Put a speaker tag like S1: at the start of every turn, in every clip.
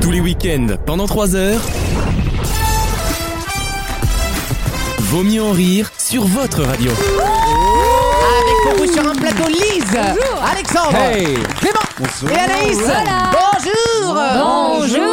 S1: Tous les week-ends, pendant 3 heures. Vaut mieux en rire sur votre radio.
S2: Avec pour vous sur un plateau Lise, Alexandre, Clément et Anaïs. Bonjour.
S3: Bonjour.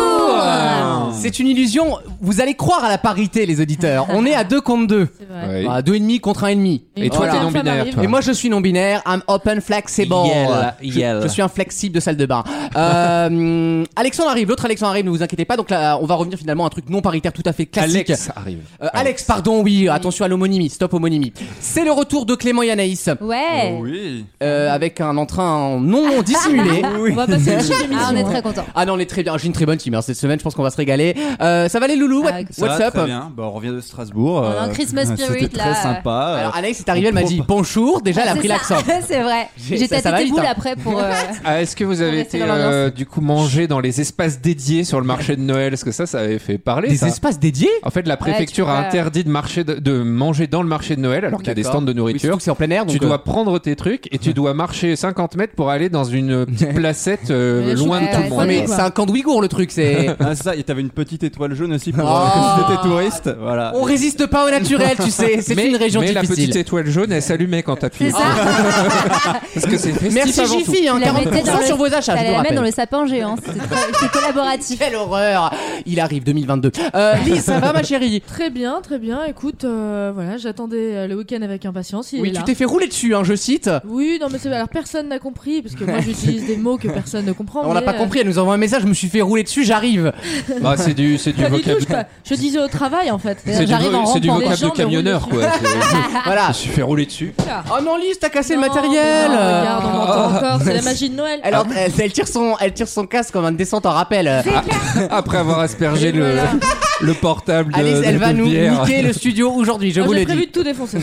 S2: C'est une illusion. Vous allez croire à la parité, les auditeurs. On est à deux contre deux.
S3: vrai.
S2: Ah, deux et demi contre un et demi.
S3: Et toi,
S2: Voilà.
S3: t'es non-binaire, toi.
S2: Et moi, je suis non binaire. I'm open flexible.
S3: Yell, yell.
S2: Je, je suis un flexible de salle de bain. Euh, Alexandre arrive. L'autre Alexandre arrive. Ne vous inquiétez pas. Donc là, on va revenir finalement à un truc non paritaire tout à fait classique.
S3: Alex arrive.
S2: Euh, Alex, pardon, oui, euh, attention à l'homonymie, stop homonymie. C'est le retour de Clément et Anaïs,
S4: Ouais.
S3: Ah
S5: Oui.
S2: euh, avec un entrain non dissimulé.
S4: On va passer une chouette émission.
S3: Ah, on est très contents.
S2: Ah non, on est très bien, j'ai une très bonne team hein, cette semaine, je pense qu'on va se régaler. Euh, ça va les loulous what-
S4: Ah,
S5: Ça
S2: What's
S5: va,
S2: up
S5: très bien. Bah, on revient de Strasbourg.
S4: a un
S5: euh,
S4: Christmas spirit,
S5: C'était très
S4: là.
S5: sympa.
S2: Alors Anaïs est arrivée, elle m'a dit bonjour, déjà elle a
S4: C'est
S2: pris
S4: ça.
S2: l'accent.
S4: C'est vrai.
S2: J'ai-
S4: J'ai
S2: ça- ça
S4: tâté
S2: va
S4: tes
S2: vite,
S4: boules
S2: hein.
S4: après pour. euh,
S3: Ah, Est-ce que vous avez
S4: rester
S3: été
S4: dans l'ambiance.
S3: euh, du coup mangé dans les espaces dédiés sur le marché de Noël Parce que ça, ça avait fait parler.
S2: Des
S3: ça.
S2: espaces dédiés
S3: En fait, la préfecture
S4: tu
S3: a
S4: peux, euh,
S3: interdit de, marcher de, de manger dans le marché de Noël alors qu'il y a des
S2: D'accord.
S3: stands de
S2: Oui, surtout
S3: nourriture.
S2: que c'est en plein air, donc
S3: tu
S2: euh,
S3: dois prendre tes trucs et tu dois marcher 50 mètres pour aller dans une petite placette euh,
S4: Mais je
S3: loin de
S4: trouve que-
S3: tout le
S2: Ouais, mais
S3: monde.
S2: c'est un camp de Ouïghours le truc, c'est...
S5: Ah, c'est ça, et t'avais une petite étoile jaune aussi pour
S2: Oh.
S4: Ah.
S5: euh, si t'étais touriste. Voilà.
S2: On résiste pas au naturel, tu sais, c'est
S3: Mais-
S2: une région
S3: mais la
S2: difficile.
S3: petite étoile jaune, elle s'allumait quand
S4: C'est
S3: t'appuyais.
S4: ça.
S3: Parce que c'est festif
S2: Merci
S3: avant tout.
S2: Jiffy, hein,
S4: Tu la mettais dans
S2: 40%
S4: le-
S2: sur vos achats, je
S4: T'allais
S2: vous
S4: la mettre
S2: rappelle.
S4: dans le sapin géant. C'était très- c'était collaboratif.
S2: Quelle horreur Il arrive 2022. Euh, Lise, ça va ma chérie
S6: Très bien, très bien. Écoute, euh, voilà, j'attendais euh, le week-end avec impatience. Il
S2: Oui,
S6: est
S2: tu
S6: là.
S2: t'es fait rouler dessus, hein, je cite.
S6: Oui, non, mais c'est alors personne n'a compris parce que moi j'utilise des mots que personne ne comprend.
S2: On l'a
S6: mais,
S2: pas
S6: euh,
S2: compris, elle nous envoie un message, je me suis fait rouler dessus, j'arrive.
S3: Bah, c'est du, c'est du
S6: Pas du tout, je,
S3: vocabulaire.
S6: pas- je disais au travail en fait.
S3: C'est du,
S4: J'arrive en
S3: vo- c'est du
S4: rampant.
S3: vocable
S6: Les gens
S3: de
S6: me
S3: camionneur,
S6: roulent
S3: quoi. C'est-
S6: Ah.
S2: Voilà.
S3: Je suis fait rouler dessus.
S2: Oh non, Lise, t'as cassé
S6: Non,
S2: le matériel.
S6: mais non,
S2: euh.
S6: regarde, on entend encore, c'est la magie de Noël.
S2: Elle,
S3: Ah,
S2: elle- elle tire son, elle tire son casque comme un descente en rappel. euh.
S3: Après avoir aspergé le,
S6: Voilà.
S3: le portable de,
S2: Alice,
S3: de-
S2: elle
S3: de
S2: va nous
S3: bière.
S2: niquer le studio aujourd'hui, je
S6: Alors,
S2: vous
S6: Ah, J'ai
S2: le
S6: prévu
S2: dis.
S6: de tout défoncer.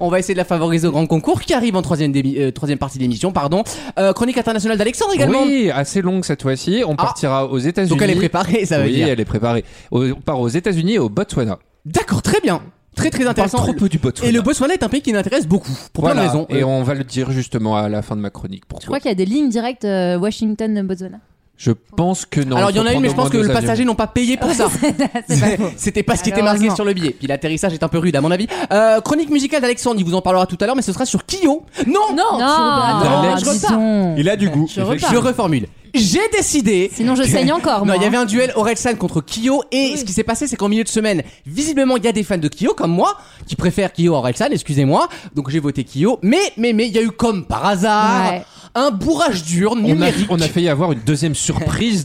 S2: On va essayer de la favoriser au grand concours qui arrive en troisième, démi- euh, troisième partie de l'émission, pardon. Euh, chronique internationale d'Alexandre également.
S3: Oui, assez longue cette fois-ci. On
S2: Ah.
S3: partira aux États-Unis.
S2: Donc elle est préparée, ça veut
S3: Oui,
S2: dire.
S3: elle est préparée. Au- On part aux États-Unis et au Botswana.
S2: D'accord, très bien. Très très intéressant.
S3: du Botswana.
S2: Et le Botswana est un pays qui m'intéresse beaucoup, pour
S3: voilà.
S2: plein de raisons.
S3: Et
S2: Euh,
S3: on va le dire justement à la fin de ma chronique.
S4: Je
S3: Pourquoi
S4: crois qu'il y a des lignes directes euh, Washington-Botswana.
S3: Je pense que non.
S2: Alors il y
S3: faut
S2: en a une, mais je pense
S3: prendre au
S2: que
S3: moins
S2: le
S3: deux avions.
S2: passager n'ont pas payé pour ça.
S4: Ah, C'est pas faux.
S2: C'était pas ce qui était marqué
S4: Malheureusement.
S2: sur le billet. Puis l'atterrissage est un peu rude à mon avis. Euh, chronique musicale d'Alexandre, il vous en parlera tout à l'heure, mais ce sera sur Kyo. Non,
S6: Non,
S4: Non,
S2: je
S4: dis
S2: repars.
S4: donc.
S5: Il a du goût.
S6: Je repars.
S2: Je reformule. J'ai décidé.
S4: Sinon, je saigne encore.
S2: Non,
S4: moi,
S2: il y
S4: hein.
S2: avait un duel Orelsan contre Kyo et
S6: Oui.
S2: ce qui s'est passé, c'est qu'en milieu de semaine, visiblement, il y a des fans de Kyo comme moi qui préfèrent Kyo à Orelsan. Excusez-moi, donc j'ai voté Kyo. Mais mais mais, il y a eu comme par hasard
S4: Ouais.
S2: un bourrage d'urne
S3: On a,
S2: numérique.
S3: on a failli avoir une deuxième surprise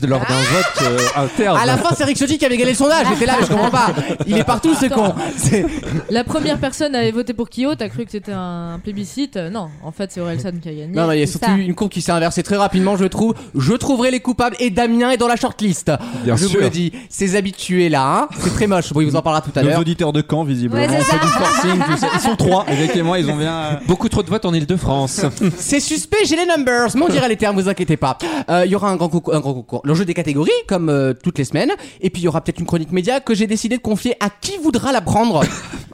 S3: de- lors d'un vote euh, interne.
S4: Ah,
S2: À la fin, c'est Eric Ciotti qui avait gagné le sondage. J'étais là, mais je comprends pas. Il est partout, ce con. C'est-
S6: La première personne avait voté pour Kyo, t'as cru que c'était un plébiscite Euh, Non, en fait c'est Orelsan qui a gagné.
S2: Non, non, il y a
S4: C'est
S2: surtout
S4: ça.
S2: une courbe qui s'est inversée très rapidement, je trouve. Je trouverai les coupables et Damien est dans la shortlist.
S3: Bien
S2: je
S3: sûr.
S2: vous le dis, ces habitués là, hein, c'est très moche. Bon, il vous en parlera tout à
S5: Nos
S2: l'heure.
S5: auditeurs de Caen, visiblement.
S4: Ouais, c'est
S5: On fait
S4: ça.
S5: du forcing, tout ça. Ils sont trois. Effectivement, ils ont bien. euh,
S3: Beaucoup trop de votes en Ile-de-France.
S2: C'est suspect, j'ai les numbers, mais on dira les termes, vous inquiétez pas. Euh, Il y aura un grand concours, un grand concours. Le jeu des catégories, comme euh, toutes les semaines. Et puis il y aura peut-être une chronique média que j'ai décidé de confier à qui voudra la prendre.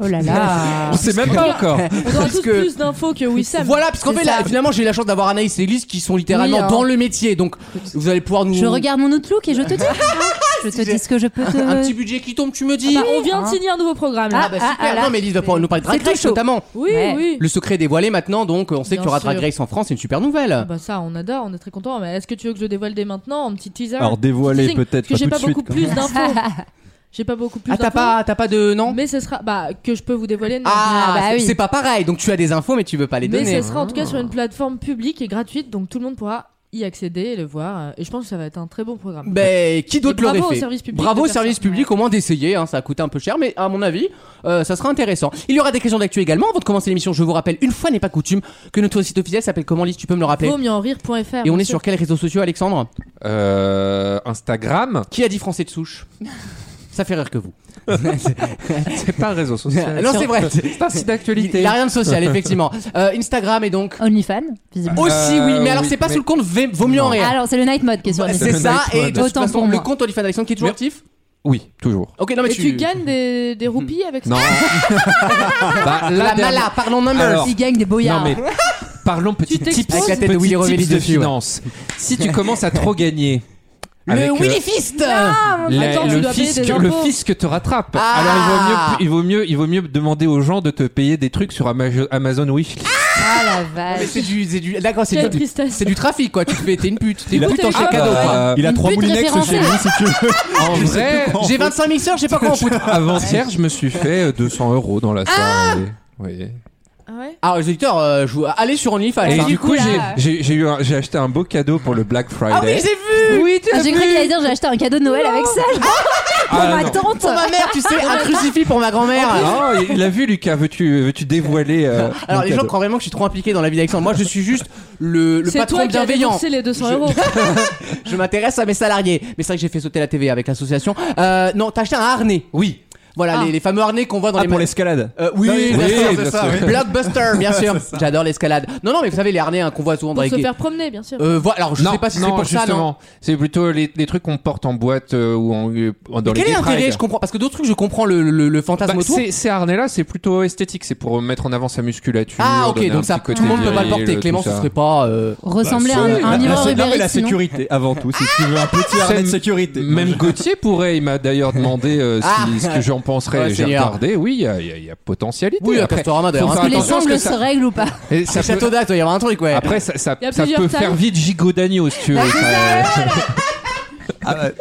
S4: Oh là là.
S3: on sait même pas encore.
S6: On aura
S2: parce
S6: tous
S2: que-
S6: plus d'infos que Wissam.
S2: voilà, parce qu'en
S6: c'est
S2: fait,
S6: ça.
S2: là, finalement, j'ai eu la chance d'avoir Anaïs et Elise qui sont littéralement
S4: Oui, hein.
S2: dans le métier. Donc vous allez pouvoir nous.
S4: Je regarde mon Outlook et je te dis. Je te dis ce que je peux
S2: Un petit
S4: te.
S2: budget qui tombe, tu me dis.
S6: Bah, on vient de signer un nouveau programme là.
S2: Ah, bah super.
S4: ah, là.
S2: non, mais Elise va pouvoir nous parler de Drag
S4: C'est tout
S2: Race
S4: chaud.
S2: notamment.
S6: Oui,
S4: Ouais.
S6: oui.
S2: Le secret est dévoilé maintenant, donc on sait
S6: Bien
S2: qu'il y aura Drag
S6: sûr.
S2: Race en France, c'est une super nouvelle.
S6: Bah ça, on adore, on est très content. Mais est-ce que tu veux que je dévoile dès maintenant un petit teaser
S5: Alors,
S6: Teasing,
S5: dévoiler peut-être
S6: Parce que
S5: pas
S6: j'ai
S5: tout de
S6: pas
S5: suite. hein. quoi.
S6: beaucoup plus d'infos. J'ai pas beaucoup plus
S2: ah, t'as
S6: d'infos.
S2: pas, t'as pas de. Non
S6: Mais ce sera bah que je peux vous dévoiler. non.
S2: Ah,
S4: Ah, bah
S2: c'est-
S4: oui.
S2: c'est pas pareil, donc tu as des infos, mais tu veux pas les Ah.
S6: mais
S2: donner. hein.
S6: ce sera en tout cas sur une plateforme publique et gratuite, donc tout le monde pourra y accéder et le voir. Et je pense que ça va être un très bon programme.
S2: Ben, qui d'autre
S6: Et bravo
S2: l'aurait
S6: au
S2: fait
S6: service public
S2: Bravo
S6: de
S2: au
S6: faire ça.
S2: service public, au moins d'essayer. hein, ça a coûté un peu cher, mais à mon avis, euh, ça sera intéressant. Il y aura des questions d'actu également. Avant de commencer l'émission, je vous rappelle, une fois n'est pas coutume, que notre site officiel s'appelle comment, Lise Tu peux me le rappeler
S6: Vaut mieux en rire.fr.
S2: Et on est sur quels réseaux sociaux, Alexandre
S3: Euh, Instagram,
S2: Qui a dit français de souche Ça fait rire que vous.
S3: c'est pas un réseau social.
S2: non, c'est vrai.
S3: C'est un site
S2: Il
S3: d'actualité.
S2: il a rien de social, effectivement. Euh, Instagram et donc.
S4: OnlyFans, visiblement.
S2: Aussi, oui, mais alors
S3: Euh, oui,
S2: c'est pas
S3: mais-
S2: sous le compte V- Vaut mieux en
S3: Non.
S2: rire.
S4: Alors, Oh, c'est le night mode qui est sur
S2: Bah,
S4: les-
S2: c'est
S3: le
S2: ça,
S3: night
S2: et
S3: mode.
S2: de toute
S4: Autant
S2: façon,
S4: pour
S2: le
S4: moi.
S2: compte OnlyFans d'Alexandre qui est toujours
S3: Mais-
S2: actif
S3: Oui, toujours.
S2: Ok, non, mais
S6: Et tu... gagnes des, des roupies avec ça
S3: Non. Bah,
S2: La
S3: dernière-
S2: mala, parlons numbers.
S3: Alors,
S4: Il gagne des boyards.
S3: non mais parlons petit
S6: t'exposes
S3: tips
S2: Avec la tête de
S3: petit
S2: Willy Revelli
S3: tips de
S2: dessus, ouais.
S3: finance. Si tu commences à trop gagner,
S2: Le
S3: Avec, euh,
S2: Willifist
S3: La-
S6: Attends, tu
S3: le,
S6: dois payer
S3: fisc,
S6: des
S3: le
S6: impôts.
S3: fisc te rattrape.
S2: Ah.
S3: Alors il vaut, mieux, il, vaut mieux, il vaut mieux demander aux gens de te payer des trucs sur Ama- Amazon Wishlist.
S4: Ah la
S2: Mais
S4: vache.
S2: c'est du, c'est du, d'accord, c'est
S6: Quelle
S2: du,
S6: tristesse.
S2: c'est du trafic quoi. Tu te fais, t'es une pute, t'es une
S5: Il a-
S2: pute en
S3: Ah,
S2: chèque cadeau.
S3: bah,
S2: quoi.
S5: Il a
S4: Une
S5: trois
S4: pute
S5: moulinex chez lui, si tu veux.
S2: Ah,
S3: En vrai,
S2: bah. J'ai 25 mixeurs, j'ai pas quoi en foutre.
S3: avant-hier, je me suis fait euh, 200 euros dans la
S2: Ah.
S3: soirée. Oui.
S6: Ah ouais
S2: Alors les auditeurs, euh, je vous- allez sur OnlyFans.
S3: Et
S2: hein.
S3: du coup,
S4: là-
S3: j'ai- j'ai j'ai eu un- j'ai acheté un beau cadeau pour le Black
S2: Ah oui,
S3: Friday.
S2: j'ai vu. Oui, tu
S4: Ah, J'ai cru qu'il allait dire j'ai acheté un cadeau de Noël avec ça pour
S3: Ah,
S4: ma
S3: non.
S4: tante.
S2: pour ma mère, tu sais, un crucifix pour ma grand-mère.
S3: Non, il a vu Lucas, veux-tu veux-tu dévoiler euh,
S2: Alors
S3: mon
S2: les gens
S3: cadeau
S2: croient vraiment que je suis trop impliqué dans la vie d'Alexandre. Moi, je suis juste le, le
S6: C'est
S2: patron
S6: toi qui as
S2: bienveillant.
S6: dépensé les 200
S2: Je-
S6: euros.
S2: Je m'intéresse à mes salariés. Mais c'est vrai que j'ai fait sauter la TV avec l'association. Euh, non, t'as acheté un harnais. Oui. Voilà
S6: Ah.
S2: les, les fameux harnais qu'on voit dans
S5: Ah,
S2: les
S5: pour
S2: ma-
S5: l'escalade.
S2: Euh, oui,
S5: Oui,
S2: bien
S3: oui,
S2: sûr,
S3: bien
S2: c'est ça,
S3: sûr.
S2: oui. Blockbuster, bien sûr. J'adore l'escalade. Non, non, mais vous savez, les harnais hein, qu'on voit souvent dans
S6: Pour
S2: les.
S6: se faire promener, bien sûr.
S2: Euh, voilà, alors je
S3: non,
S2: sais pas si c'est
S3: non,
S2: pour ça, non.
S3: justement, c'est plutôt les, les trucs qu'on porte en boîte euh, ou en, euh, dans les
S2: Quel est
S3: gay
S2: l'intérêt
S3: pride.
S2: Je comprends. Parce que d'autres trucs, je comprends le, le, le fantasme
S3: Bah,
S2: autour.
S3: ces, ces harnais-là, c'est plutôt esthétique, c'est pour mettre en avant sa musculature.
S2: Ah,
S3: donner
S2: ok,
S3: un
S2: donc ça,
S3: petit côté
S2: tout le monde peut pas le
S3: viril,
S2: porter.
S3: tout
S2: Clément, ce
S3: ça.
S2: serait pas. euh,
S4: Ressembler à un,
S5: La-
S4: un
S5: la-
S4: livreur
S5: la- Ah,
S4: Uber
S5: non, mais la
S4: Eats, sinon.
S5: sécurité avant tout, si tu veux un petit harnais de sécurité.
S3: Même Gauthier pourrait, il m'a d'ailleurs demandé euh,
S2: Ah.
S3: si- ce que j'en penserais.
S2: Ouais,
S3: J'ai
S2: Seigneur.
S3: regardé, oui, il y a, il y a- il y a potentialité.
S2: Oui, à
S3: après,
S2: Castorama d'ailleurs.
S3: faut
S2: hein.
S3: faire
S4: Les
S3: Attention, parce
S4: sangles
S3: que ça-
S4: se règlent ou pas
S3: et ça
S2: C'est
S3: peut-
S2: Château d'Acte, il y avait un truc, ouais.
S3: après, ça, ça-
S6: Il y a
S3: ça
S6: plusieurs
S3: peut
S6: tailles.
S3: faire vite gigot d'agneau, si tu veux. ça-
S5: Ah, ouais.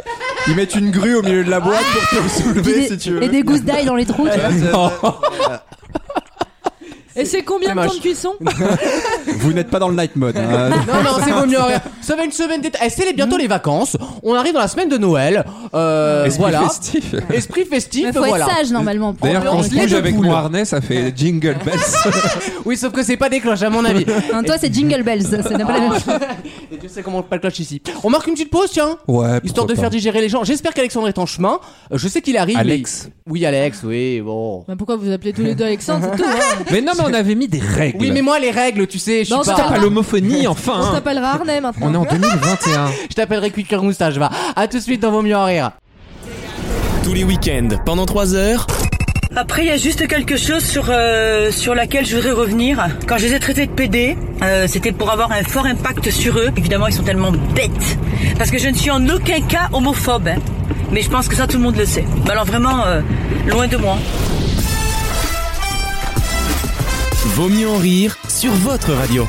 S5: Ils mettent une grue au milieu de la boîte pour te soulever
S4: Puis
S5: si
S4: des-
S5: tu veux.
S4: Ah. Et des gousses d'ail dans les trous. tu vois.
S6: Et c'est combien
S2: c'est
S6: de temps de
S2: moche.
S6: cuisson Bah,
S5: Vous n'êtes pas dans le night mode. hein.
S2: Non, non, c'est vaut mieux en rire. Ça va une semaine d'été. Eh, c'est les-
S3: Hmm.
S2: bientôt les vacances. On arrive dans la semaine de Noël. Euh,
S3: Esprit
S2: voilà.
S3: festif.
S2: Esprit festif,
S4: Mais faut
S2: voilà.
S4: être sage normalement. pour-
S3: D'ailleurs, quand
S2: Ambiance
S3: je
S2: lait
S3: bouge
S2: de
S3: avec
S2: poule.
S3: mon harnais, ça fait jingle bells.
S2: Oui, sauf que c'est pas des cloches, à mon avis.
S4: Non, Ah, toi, c'est Jingle Bells. ça n'a pas la même chose.
S2: Et Dieu sait comment on pas de cloche ici. On marque une petite pause, tiens.
S3: Ouais,
S2: Histoire de faire digérer les gens. J'espère qu'Alexandre est en chemin. Euh, Je sais qu'il arrive.
S3: Alex.
S2: mais- Oui, Alex, oui, bon.
S6: Bah, Pourquoi vous appelez tous les deux Alexandre C'est tout, hein.
S3: Mais non, mais on avait mis des règles.
S2: Oui, mais moi, les règles, tu sais, je
S6: Non,
S2: suis
S6: c'est
S2: pas.
S6: pas-
S3: à l'homophonie, enfin.
S6: On
S3: hein.
S6: s'appellera Arnais maintenant.
S3: On est en 2021.
S2: Je t'appellerai Quick Cure Moustache, va. À tout de suite dans Vaut mieux en rire.
S1: Tous les week-ends, pendant 3 heures,
S7: Après, il y a juste quelque chose sur euh, sur laquelle je voudrais revenir. Quand je les ai traités de PD, euh, c'était pour avoir un fort impact sur eux. Évidemment, ils sont tellement bêtes. Parce que je ne suis en aucun cas homophobe. hein. Mais je pense que ça, tout le monde le sait. Mais alors vraiment, euh, loin de moi.
S1: Vaut mieux en rire sur votre radio.